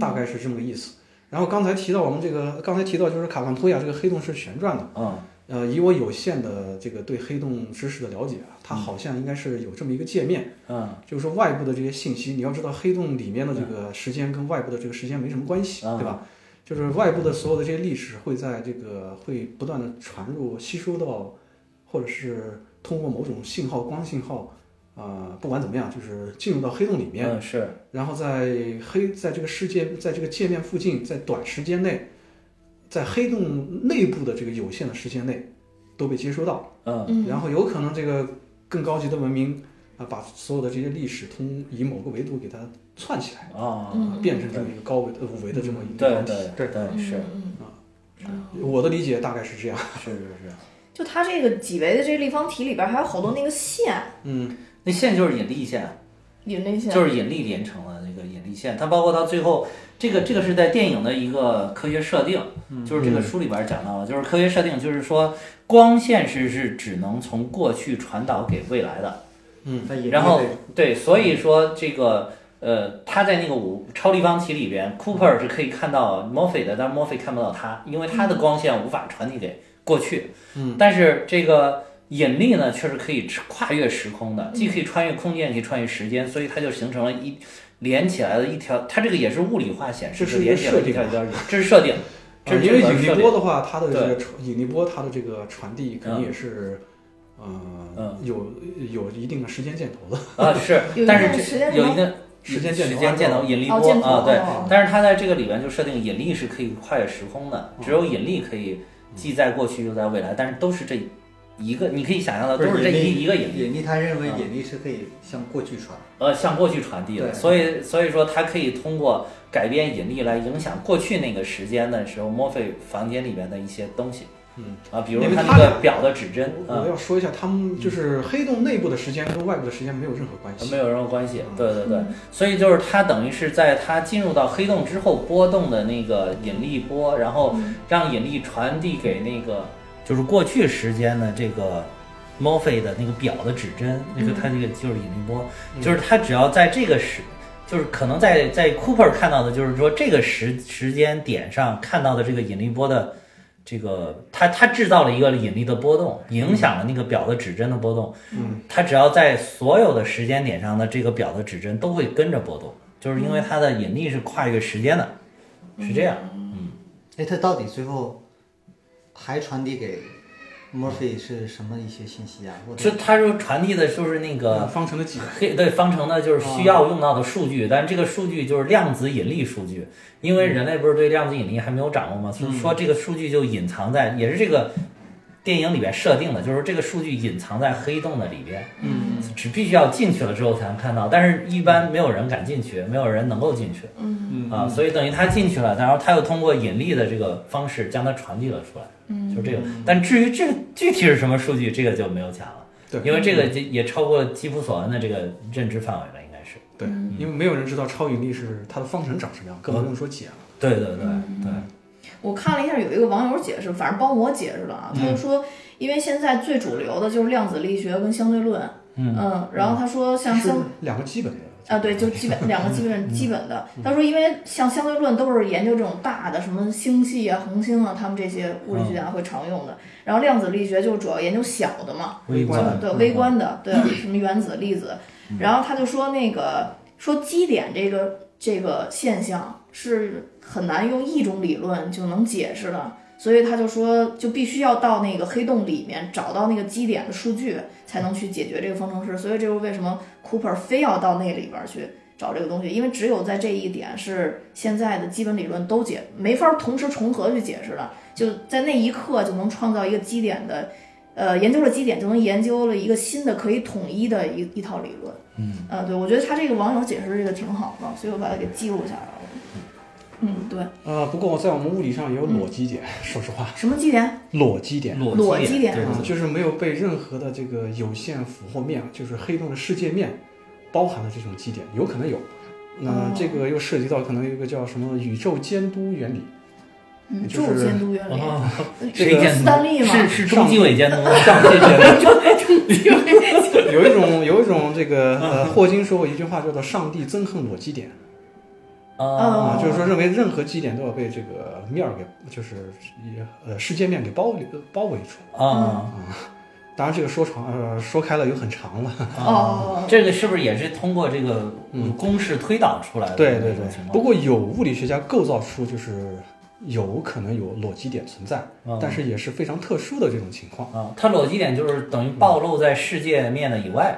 大概是这么个意思。然后刚才提到我们这个，刚才提到就是卡曼托亚这个黑洞是旋转的，嗯呃，以我有限的这个对黑洞知识的了解啊，它好像应该是有这么一个界面，嗯就是说外部的这些信息，你要知道黑洞里面的这个时间跟外部的这个时间没什么关系，嗯对吧？就是外部的所有的这些历史会在这个会不断的传入、吸收到，或者是通过某种信号、光信号，呃，不管怎么样，就是进入到黑洞里面，嗯是然后在黑在这个世界在这个界面附近，在短时间内，在黑洞内部的这个有限的时间内都被接收到。嗯嗯然后有可能这个更高级的文明啊，把所有的这些历史通以某个维度给它串起来，啊嗯变成这么一个高维的呃五维的这么一个对东对西。对对是嗯我的理解大概是这样。是是是。就它这个几维的这立方体里边还有好多那个线，嗯，那线就是引力线，引那线就是引力连成了那个引力线。它包括到最后，这个这个是在电影的一个科学设定，就是这个书里边讲到了，就是科学设定，就是说光线是是只能从过去传导给未来的。那嗯也然后意味着对，所以说这个呃，他在那个五超立方体里边，Cooper 是可以看到 Morphy 的，但 Morphy 看不到他，因为他的光线无法传递给过去。嗯，但是这个引力呢，却是可以跨越时空的，既可以穿越空间，也可以穿越时间，所以它就形成了一。连起来的一条，它这个也是物理化显示，这是一个连起来的一条一条，这是设定，这啊是因为这个引设定力波的话，它的这对个传引力波它的这个传递肯定也是，呃，嗯有有一定的时间箭头的。啊是有一，但定是时这间有轴一定时间箭头嗯时间箭头引力波哦箭头啊，对哦，但是它在这个里边就设定引力是可以跨越时空的，只有引力可以既在过去又在未来，但是都是这一个，你可以想象的不都是是这引力一一个引力，引力，他认为啊引力是可以向过去传。呃，向过去传递的，对所以所以说它可以通过改变引力来影响过去那个时间的时候，墨菲房间里面的一些东西，嗯啊，比如因为它它那个俩表的指针，啊我我嗯，要说一下，他们嗯就是黑洞内部的时间跟外部的时间没有任何关系。没有任何关系，对对对。嗯所以就是它等于是在它进入到黑洞之后波动的那个引力波，然后让引力传递给那个嗯就是过去时间的这个 Morphy 的那个表的指针，那个它那个就是引力波，就是它只要在这个时。就是可能在在 Cooper 看到的，就是说这个时时间点上看到的这个引力波的这个，它它制造了一个引力的波动，影响了那个表的指针的波动。嗯，它只要在所有的时间点上的这个表的指针都会跟着波动，就是因为它的引力是跨越时间的，是这样。哎，他到底最后还传递给 Murphy 是什么一些信息啊？或就者它就传递的就是那个呃方程的嗯解，黑对方程呢，就是需要用到的数据，但这个数据就是量子引力数据，因为人类不是对量子引力还没有掌握吗？所以说这个数据就隐藏在，也是这个电影里边设定的，就是这个数据隐藏在黑洞的里边，嗯，只必须要进去了之后才能看到，但是一般没有人敢进去，没有人能够进去，嗯啊，所以等于他进去了，然后他又通过引力的这个方式将它传递了出来，嗯，就这个。但至于这具体是什么数据，这个就没有讲了。对因为这个也也超过基普索恩的这个认知范围了，应该是。对，嗯因为没有人知道超引力是它的方程长什么样，更不用说解啊了。对对对对，嗯我看了一下，有一个网友解释，反正帮我解释的啊，嗯他就说，因为现在最主流的就是量子力学跟相对论，嗯，然后他说像是相两个基本的。啊，对，就基本两个基本基本的。他说，因为像相对论都是研究这种大的什么星系啊、恒星啊，他们这些物理学家会常用的。然后量子力学就主要研究小的嘛，微观对微观的，对什么原子、粒子。然后他就说那个说基点这个这个现象是很难用一种理论就能解释的。所以他就说，就必须要到那个黑洞里面找到那个基点的数据，才能去解决这个方程式。所以这就是为什么 Cooper 非要到那里边儿去找这个东西，因为只有在这一点是现在的基本理论都解没法同时重合去解释的，就在那一刻就能创造一个基点的，呃，研究了基点就能研究了一个新的可以统一的一一套理论。嗯，呃，对，我觉得他这个网友解释这个挺好的，所以我把它给记录下来了。嗯，对，呃，不过我在我们物理上也有裸基 点，说实话，什么基点？裸基点裸基基点对啊啊，就是没有被任何的这个有限俘获面，就是黑洞的世界面包含了这种基点，有可能有。那哦这个又涉及到可能有一个叫什么宇宙监督原理，嗯，就宙是监督原理。啊哦这谁个监斯督坦利？嘛是是中纪委监督， 上这个 有一种有一种这个呃，霍金说过一句话叫做“上帝憎恨裸基点”，哦嗯啊，啊，就是说认为任何基点都要被这个面儿给，就是呃世界面给包围包围住。嗯啊当然，这个说长呃说开了又很长了。哦，这个是不是也是通过这个公式推导出来的？对对对。不过过有物理学家构造出就是有可能有裸基点存在，嗯但是也是非常特殊的这种情况。啊，它裸基点就是等于暴露在世界面的以外，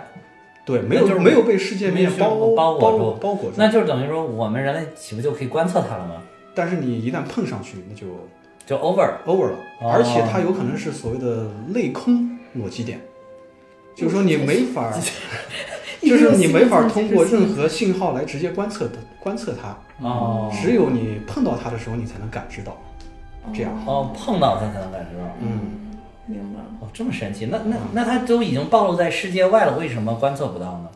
对，没那就有是没有被世界面没有包被包裹住包包裹住。那就是等于说我们人类岂不就可以观测它了吗？但是你一旦碰上去，那就就 over 了 over 了，哦而且它有可能是所谓的类空裸基点，就是说你没 法儿。就是你没法通过任何信号来直接观测的观测它，哦只有你碰到它的时候，你才能感知到。这样哦，碰到它才能感知到。嗯，明白了。哦，这么神奇？那那那它都已经暴露在世界外了，为什么观测不到呢？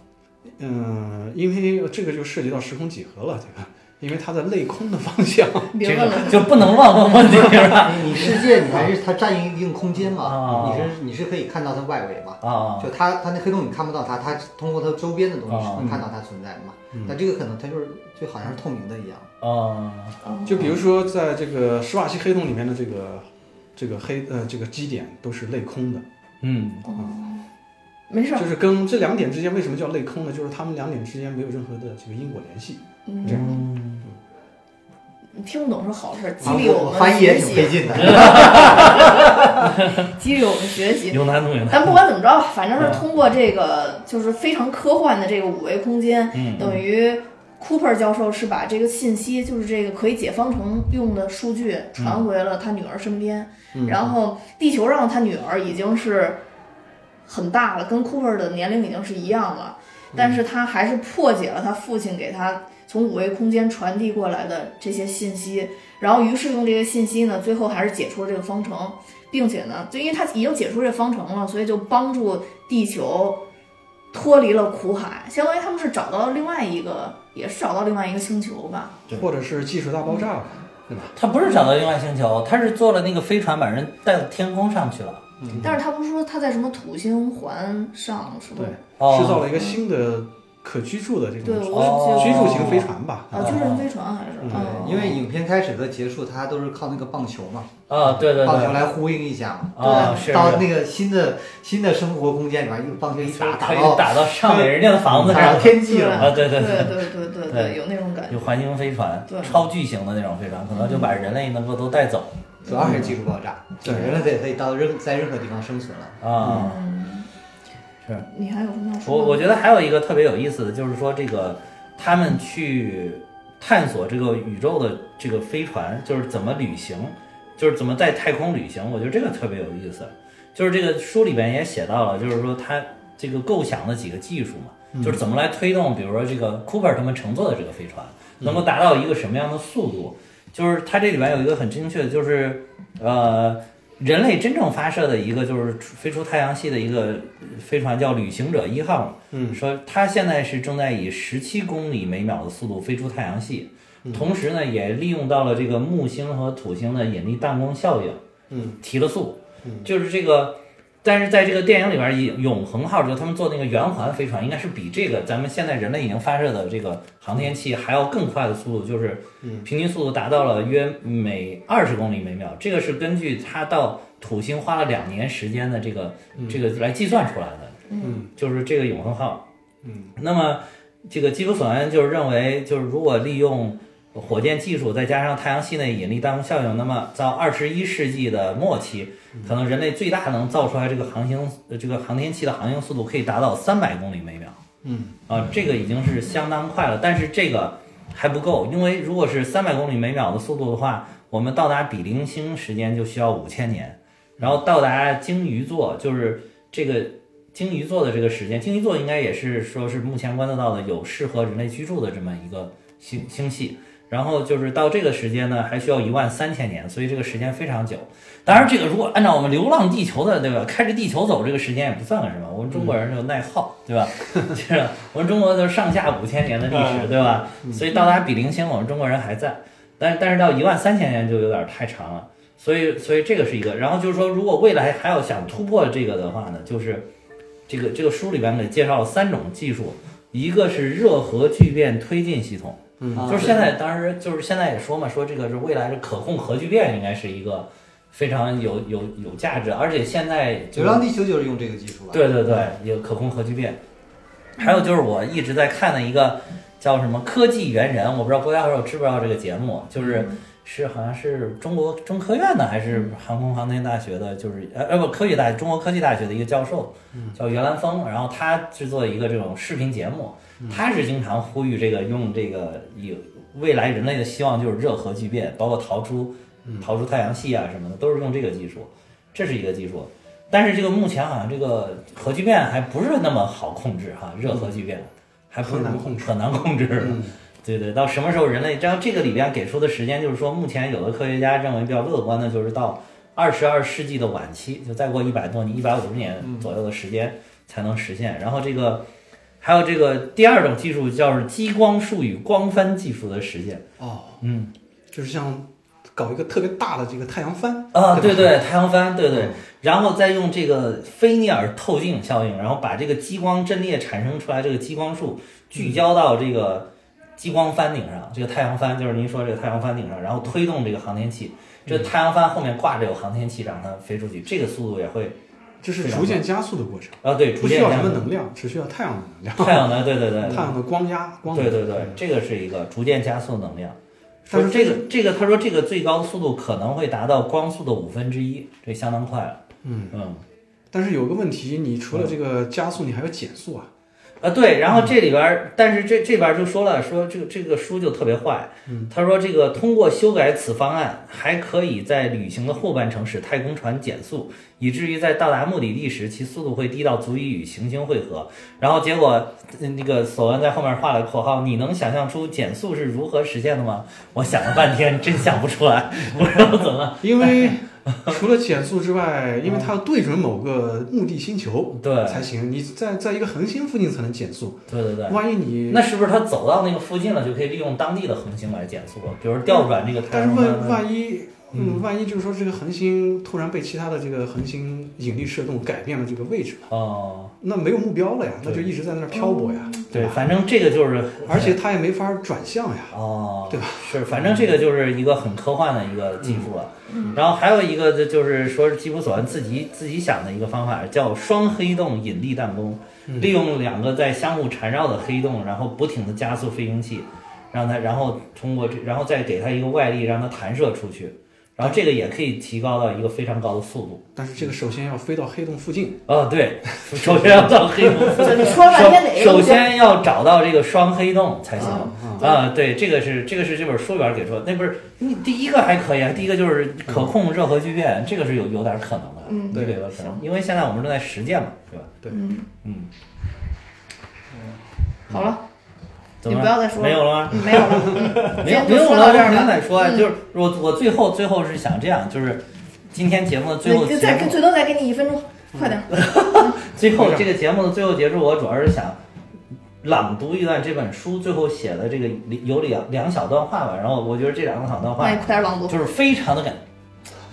嗯，因为这个就涉及到时空几何了，对吧？因为它的类空的方向， 别问了，就不能乱问问题了 哎你世界你还是它占一定空间嘛啊？你是你是可以看到它外围嘛？啊！就它它那黑洞你看不到它，它通过它周边的东西是啊嗯能看到它存在的嘛？但这个可能它就是就好像是透明的一样。哦，哦就比如说在这个施瓦西黑洞里面的这个这个黑呃这个基点都是类空的，嗯，没事儿，就是跟这两点之间为什么叫类空呢？就是它们两点之间没有任何的这个因果联系。这样嗯，你听不懂是好事儿，激啊励我我们翻译也学挺费习，劲的。啊激励我们学习。有难度有难但不管怎么着吧，反正是通过这个就是非常科幻的这个五维空间，嗯等于 Cooper 教授是把这个信息，就是这个可以解方程用的数据嗯传回了他女儿身边，然后地球上他女儿已经是很大了，跟 Cooper 的年龄已经是一样了，嗯但是他还是破解了他父亲给他从五维空间传递过来的这些信息，然后于是用这些信息呢，最后还是解出了这个方程，并且呢，就因为他已经解出这方程了，所以就帮助地球脱离了苦海，相当于他们是找到了另外一个，也是找到另外一个星球吧。对或者是技术大爆炸吧，对吧？他不是找到另外星球，他是坐了那个飞船把人带到天空上去了。但是他不是说他在什么土星环上什么对？，哦制造了一个新的可居住的这对，种我也哦觉居得住型飞船吧。啊，就是人飞船还是嗯，因为影片开始和结束，它都是靠那个棒球嘛，啊，对对棒球对，来呼应一下嘛。啊是到是那个新的新的生活空间里边，一个棒球一打嗯可打以到打到上面人家的房子 打上到天际了。啊，对对 对对对对对对，有那种感觉。有环形飞船对，超巨型的那种飞船，可能就把人类能够都带走主要还是技术爆炸，对人类可以可以到任在任何地方生存了。啊。嗯你还有什么要说我的？我觉得还有一个特别有意思的，就是说这个他们去探索这个宇宙的这个飞船，就是怎么旅行，就是怎么在太空旅行。我觉得这个特别有意思，就是这个书里边也写到了，就是说他这个构想的几个技术嘛，就是怎么来推动，比如说这个 Cooper 他们乘坐的这个飞船能够达到一个什么样的速度。就是它这里边有一个很精确的，就是呃，人类真正发射的一个就是飞出太阳系的一个飞船叫旅行者一号嘛，嗯，说它现在是正在以十七公里每秒的速度飞出太阳系，嗯同时呢也利用到了这个木星和土星的引力弹弓效应，嗯，提了速，就是这个。但是在这个电影里边，永永恒号就他们做那个圆环飞船，应该是比这个咱们现在人类已经发射的这个航天器还要更快的速度，就是嗯平均速度达到了约每二十公里每秒，这个是根据它到土星花了两年时间的这个、这个来计算出来的。嗯，就是这个永恒号。嗯，那么这个基普索恩就是认为，就是如果利用火箭技术再加上太阳系内引力弹弓效应，那么到二十一世纪的末期，可能人类最大能造出来这个航行呃这个航天器的航行速度可以达到三百公里每秒。嗯，啊，这个已经是相当快了，但是这个。还不够，因为如果是三百公里每秒的速度的话，我们到达比邻星时间就需要五千年，然后到达鲸鱼座就是这个鲸鱼座的这个时间，鲸鱼座应该也是说是目前观测到的有适合人类居住的这么一个星星系。然后就是到这个时间呢，还需要一万三千年，所以这个时间非常久。当然，这个如果按照我们《流浪地球》的对吧，开着地球走这个时间也不算个什么。我们中国人就耐耗，对吧？ 就是我们中国的上下五千年的历史，对吧？所以到达比邻星，我们中国人还在，但但是到一万三千年就有点太长了。所以，所以这个是一个。然后就是说，如果未来还要想突破这个的话呢，就是这个这个书里边给介绍了三种技术，一个是热核聚变推进系统。嗯啊就是现在，当时就是现在也说嘛，说这个是未来的可控核聚变，应该是一个非常有有有价值，而且现在《就流浪地球》就是用这个技术吧？对对对，有可控核聚变。还有就是我一直在看的一个叫什么《科技猿人》，我不知道郭教授知不知道这个节目，就是是好像是中国中科院的还是航空航天大学的，就是呃呃不科技大中国科技大学的一个教授，嗯叫袁兰峰，然后他制作一个这种视频节目，嗯他是经常呼吁这个用这个有未来人类的希望就是热核聚变，包括逃出嗯逃出太阳系啊什么的，都是用这个技术，这是一个技术。但是这个目前好像这个核聚变还不是那么好控制哈、热核聚变还不是嗯很难控制嗯很难控制的。对对，到什么时候人类？然后这个里边给出的时间就是说，目前有的科学家认为比较乐观的就是到二十二世纪的晚期，就再过一百多年、一百五十年左右的时间才能实现。然后这个还有这个第二种技术叫是激光束与光帆技术的实现。哦，嗯，就是像搞一个特别大的这个太阳帆啊，对对吧对，太阳帆，对对，然后再用这个菲涅尔透镜效应，然后把这个激光阵列产生出来这个激光束聚焦到这个激光帆顶上，这个太阳帆就是您说这个太阳帆顶上，然后推动这个航天器，这太阳帆后面挂着有航天器让它飞出去，这个速度也会这是非常逐渐加速的过程，啊，对，不逐需渐要这什样么能量，只需要太阳的能量，太阳能，对对对，太阳的光压光能。对对对，这个是一个逐渐加速能量。但说是这个这个，他说这个最高速度可能会达到光速的五分之一，这相当快了。嗯嗯。但是有个问题，你除了这个加速，你还有减速啊。啊，对，然嗯后这里边儿，但是这这边儿就说了，说这个这个书就特别坏，嗯他说这个通过修改此方案，还可以在旅行的后半程使太空船减速，以至于在到达目的地时，其速度会低到足以与行星汇合。然后结果呃那个索恩在后面画了括号，你能想象出减速是如何实现的吗？我想了半天，真想不出来，我说怎么？ 因为除了减速之外，因为它要对准某个目的星球嗯对才行，你在在一个恒星附近才能减速。对对对。万一你，那是不是他走到那个附近了，就可以利用当地的恒星来减速了？比如调转这个太但是空船万万一，嗯，万一就是说这个恒星突然被其他的这个恒星引力射动改变了这个位置，哦，那没有目标了呀，那对哦就一直在那儿漂泊呀，对，吧？反正这个就是，而且它也没法转向呀。哦，对吧？是，反正这个就是一个很科幻的一个技术了。然后还有一个就就是说，是基普索恩自己自己想的一个方法，叫双黑洞引力弹弓。利用两个在相互缠绕的黑洞，然后不停的加速飞行器，让它，然后通过这，然后再给它一个外力，让它弹射出去，然后这个也可以提高到一个非常高的速度。但是这个首先要飞到黑洞附近，啊、对，首先要到黑洞，就你说了半天哪个首东西先要找到这个双黑洞才行。啊啊，对，这个是这个是这本书里边给出的，那不是你第一个还可以啊，第一个就是嗯可控热核聚变，这个是有有点可能的，嗯对有点可能，因为现在我们正在实践嘛，对吧？嗯，嗯，好了，怎么你不要再说了没有了 吗？嗯没有了，没今有天没就有说到了，这儿不用吧再说啊，嗯就是我我最后最后是想这样，就是今天节目的 嗯最后嗯，结你束再给最多再给你一分钟，快点儿。最后这个节目的最后结束，我主要是想朗读一段这本书最后写的这个里有两两小段话吧，然后我觉得这两个小段话那你快点朗读。就是非常的感，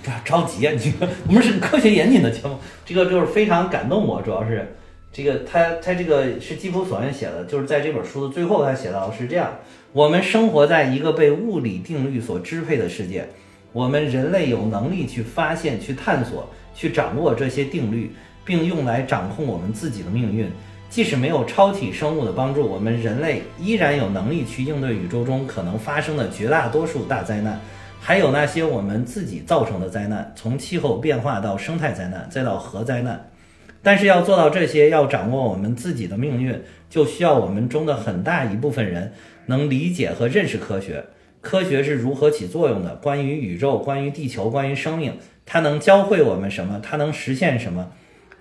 不要着急啊！你这个我们是个科学严谨的节目，这个就是非常感动我，主要是这个他他这个是基普索恩写的，就是在这本书的最后他写到是这样：我们生活在一个被物理定律所支配的世界，我们人类有能力去发现、去探索、去掌握这些定律，并用来掌控我们自己的命运。即使没有超体生物的帮助，我们人类依然有能力去应对宇宙中可能发生的绝大多数大灾难。还有那些我们自己造成的灾难，从气候变化到生态灾难，再到核灾难。但是要做到这些，要掌握我们自己的命运，就需要我们中的很大一部分人能理解和认识科学，科学是如何起作用的，关于宇宙，关于地球，关于生命，它能教会我们什么？它能实现什么？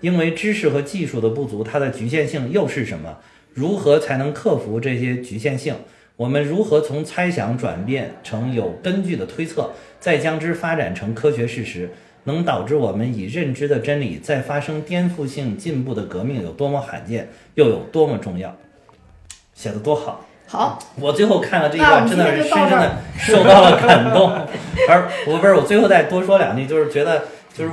因为知识和技术的不足，它的局限性又是什么？如何才能克服这些局限性？我们如何从猜想转变成有根据的推测，再将之发展成科学事实，能导致我们以认知的真理再发生颠覆性进步的革命有多么罕见，又有多么重要？写得多好！好，我最后看了这一那我段，们真的是今天就到深深这儿的受到了感动。 而我不是我最后再多说两句，就是觉得就是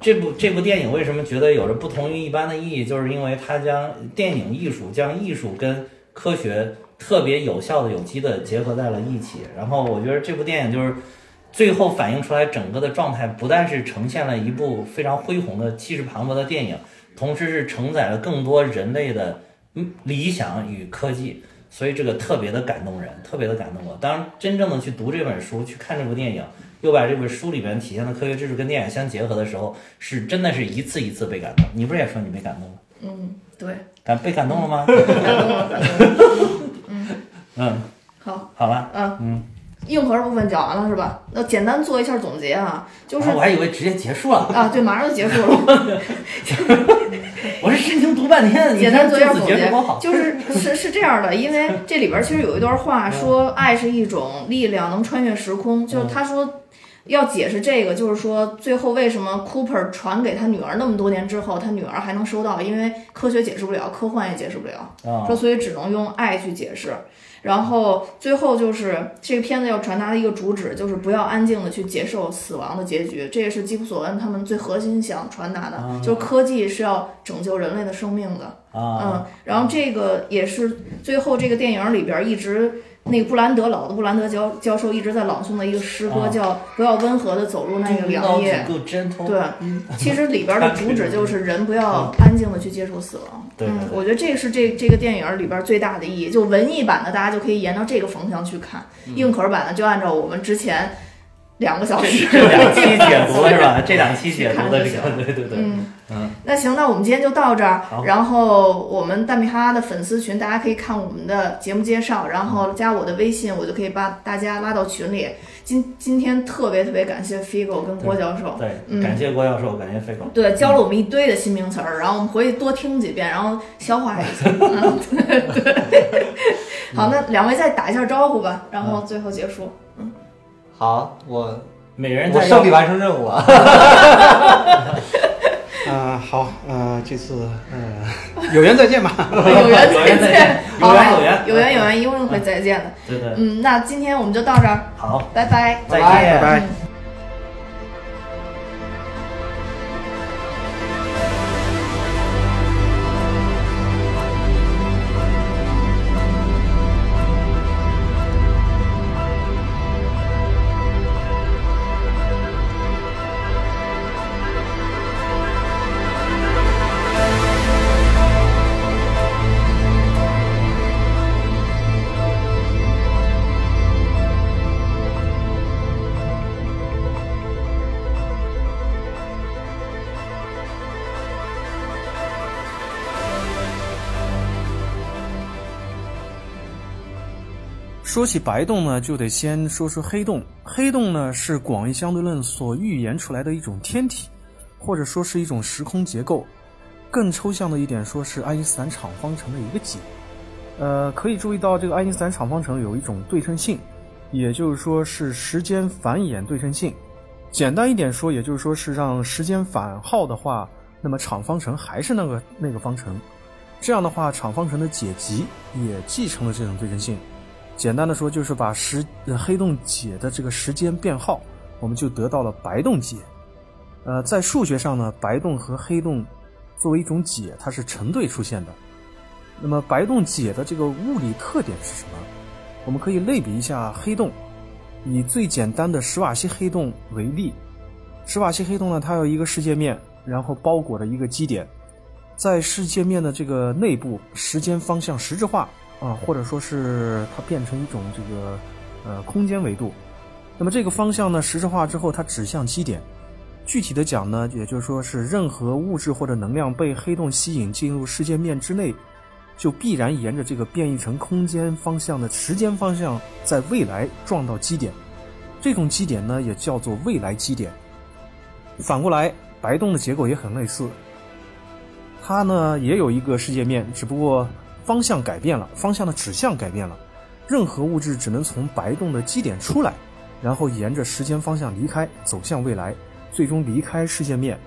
这部这部电影为什么觉得有着不同于一般的意义，就是因为它将电影艺术将艺术跟科学特别有效的、有机的结合在了一起。然后我觉得这部电影就是最后反映出来整个的状态，不但是呈现了一部非常恢宏的、气势磅礴的电影，同时是承载了更多人类的嗯理想与科技。所以这个特别的感动人，特别的感动我。当真正的去读这本书、去看这部电影，又把这本书里面体现的科学知识跟电影相结合的时候，是真的是一次一次被感动。你不是也说你被感动了？嗯，对，感被感动了吗？感动了，感动了。嗯，好，好吧。嗯嗯，硬核部分讲完了是吧？那简单做一下总结啊，就是啊我还以为直接结束了， 啊，对，马上就结束了。我是深情读半天，你简单做一下这总次结束结多，好。就是是是这样的，因为这里边其实有一段话说，爱是一种力量，能穿越时空。就是他说要解释这个，就是说最后为什么 Cooper 传给他女儿那么多年之后，他女儿还能收到，因为科学解释不了，科幻也解释不了。啊说所以只能用爱去解释。然后最后就是这个片子要传达的一个主旨，就是不要安静的去接受死亡的结局，这也是基普索恩他们最核心想传达的，啊就是科技是要拯救人类的生命的。啊嗯，然后这个也是最后这个电影里边一直那个布兰德老的布兰德教教授一直在朗诵的一个诗歌啊叫《不要温和的走入那个良夜》。够针头。对，其实里 边的主旨就是人不要安静的去接受死亡。嗯对对嗯对，我觉得这是这这个电影里边最大的意义。就文艺版的，大家就可以沿着这个方向去看；嗯硬核版的，就按照我们之前两个小时 嗯这两期解读是吧？这两期解读的这去看个，对对对。嗯嗯，那行，那我们今天就到这儿好。然后我们大米哈哈的粉丝群，大家可以看我们的节目介绍，然后加我的微信，我就可以把大家拉到群里。今今天特别特别感谢 Figo 跟郭教授，对，嗯感谢郭教授，感谢费狗。对，教了我们一堆的新名词儿，然后我们回去多听几遍，然后消化一下。嗯，对对。好，那两位再打一下招呼吧，然后最后结束。好，我每人我在胜利完成任务啊！啊，好啊，这次呃，有缘再见吧。有缘有再缘再见见，好吧有缘有缘有缘有缘，一定会再见的。对对，嗯，那今天我们就到这儿，好，拜拜。再拜见，拜拜嗯说起白洞呢，就得先说说黑洞。黑洞呢是广义相对论所预言出来的一种天体，或者说是一种时空结构。更抽象的一点，说是爱因斯坦场方程的一个解。呃，可以注意到这个爱因斯坦场方程有一种对称性，也就是说是时间繁衍对称性。简单一点说，也就是说是让时间反号的话，那么场方程还是那个那个方程。这样的话，场方程的解集也继承了这种对称性。简单的说，就是把时呃黑洞解的这个时间变号，我们就得到了白洞解。呃，在数学上呢，白洞和黑洞作为一种解，它是成对出现的。那么白洞解的这个物理特点是什么？我们可以类比一下黑洞，以最简单的史瓦西黑洞为例。史瓦西黑洞呢，它有一个世界面，然后包裹着一个基点，在世界面的这个内部，时间方向实质化啊，或者说是它变成一种这个呃空间维度。那么这个方向呢，实质化之后，它指向基点。具体的讲呢，也就是说是任何物质或者能量被黑洞吸引进入世界面之内，就必然沿着这个变异成空间方向的时间方向，在未来撞到基点。这种基点呢，也叫做未来基点。反过来，白洞的结构也很类似，它呢也有一个世界面，只不过方向改变了，方向的指向改变了。任何物质只能从白洞的基点出来，然后沿着时间方向离开，走向未来，最终离开世界面。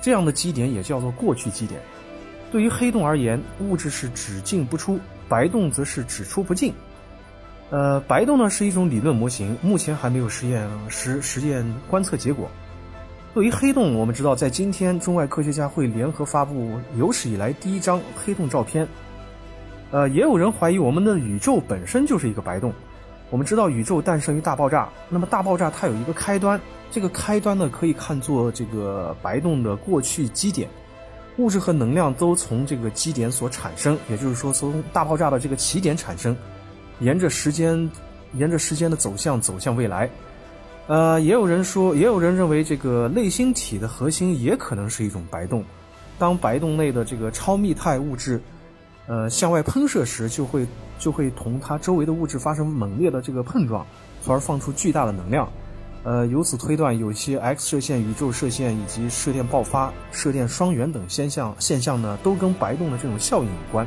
这样的基点也叫做过去基点。对于黑洞而言，物质是只进不出，白洞则是只出不进。呃，白洞呢是一种理论模型，目前还没有实验实实验观测结果。对于黑洞，我们知道，在今天，中外科学家会联合发布有史以来第一张黑洞照片。呃，也有人怀疑我们的宇宙本身就是一个白洞。我们知道宇宙诞生于大爆炸，那么大爆炸它有一个开端，这个开端呢可以看作这个白洞的过去基点，物质和能量都从这个基点所产生，也就是说从大爆炸的这个起点产生，沿着时间，沿着时间的走向走向未来。呃，也有人说，也有人认为这个类星体的核心也可能是一种白洞。当白洞内的这个超密态物质，呃，向外喷射时，就会就会同它周围的物质发生猛烈的这个碰撞，从而放出巨大的能量。呃，由此推断，有些 X 射线、宇宙射线以及射电爆发、射电双源等现象现象呢，都跟白洞的这种效应有关。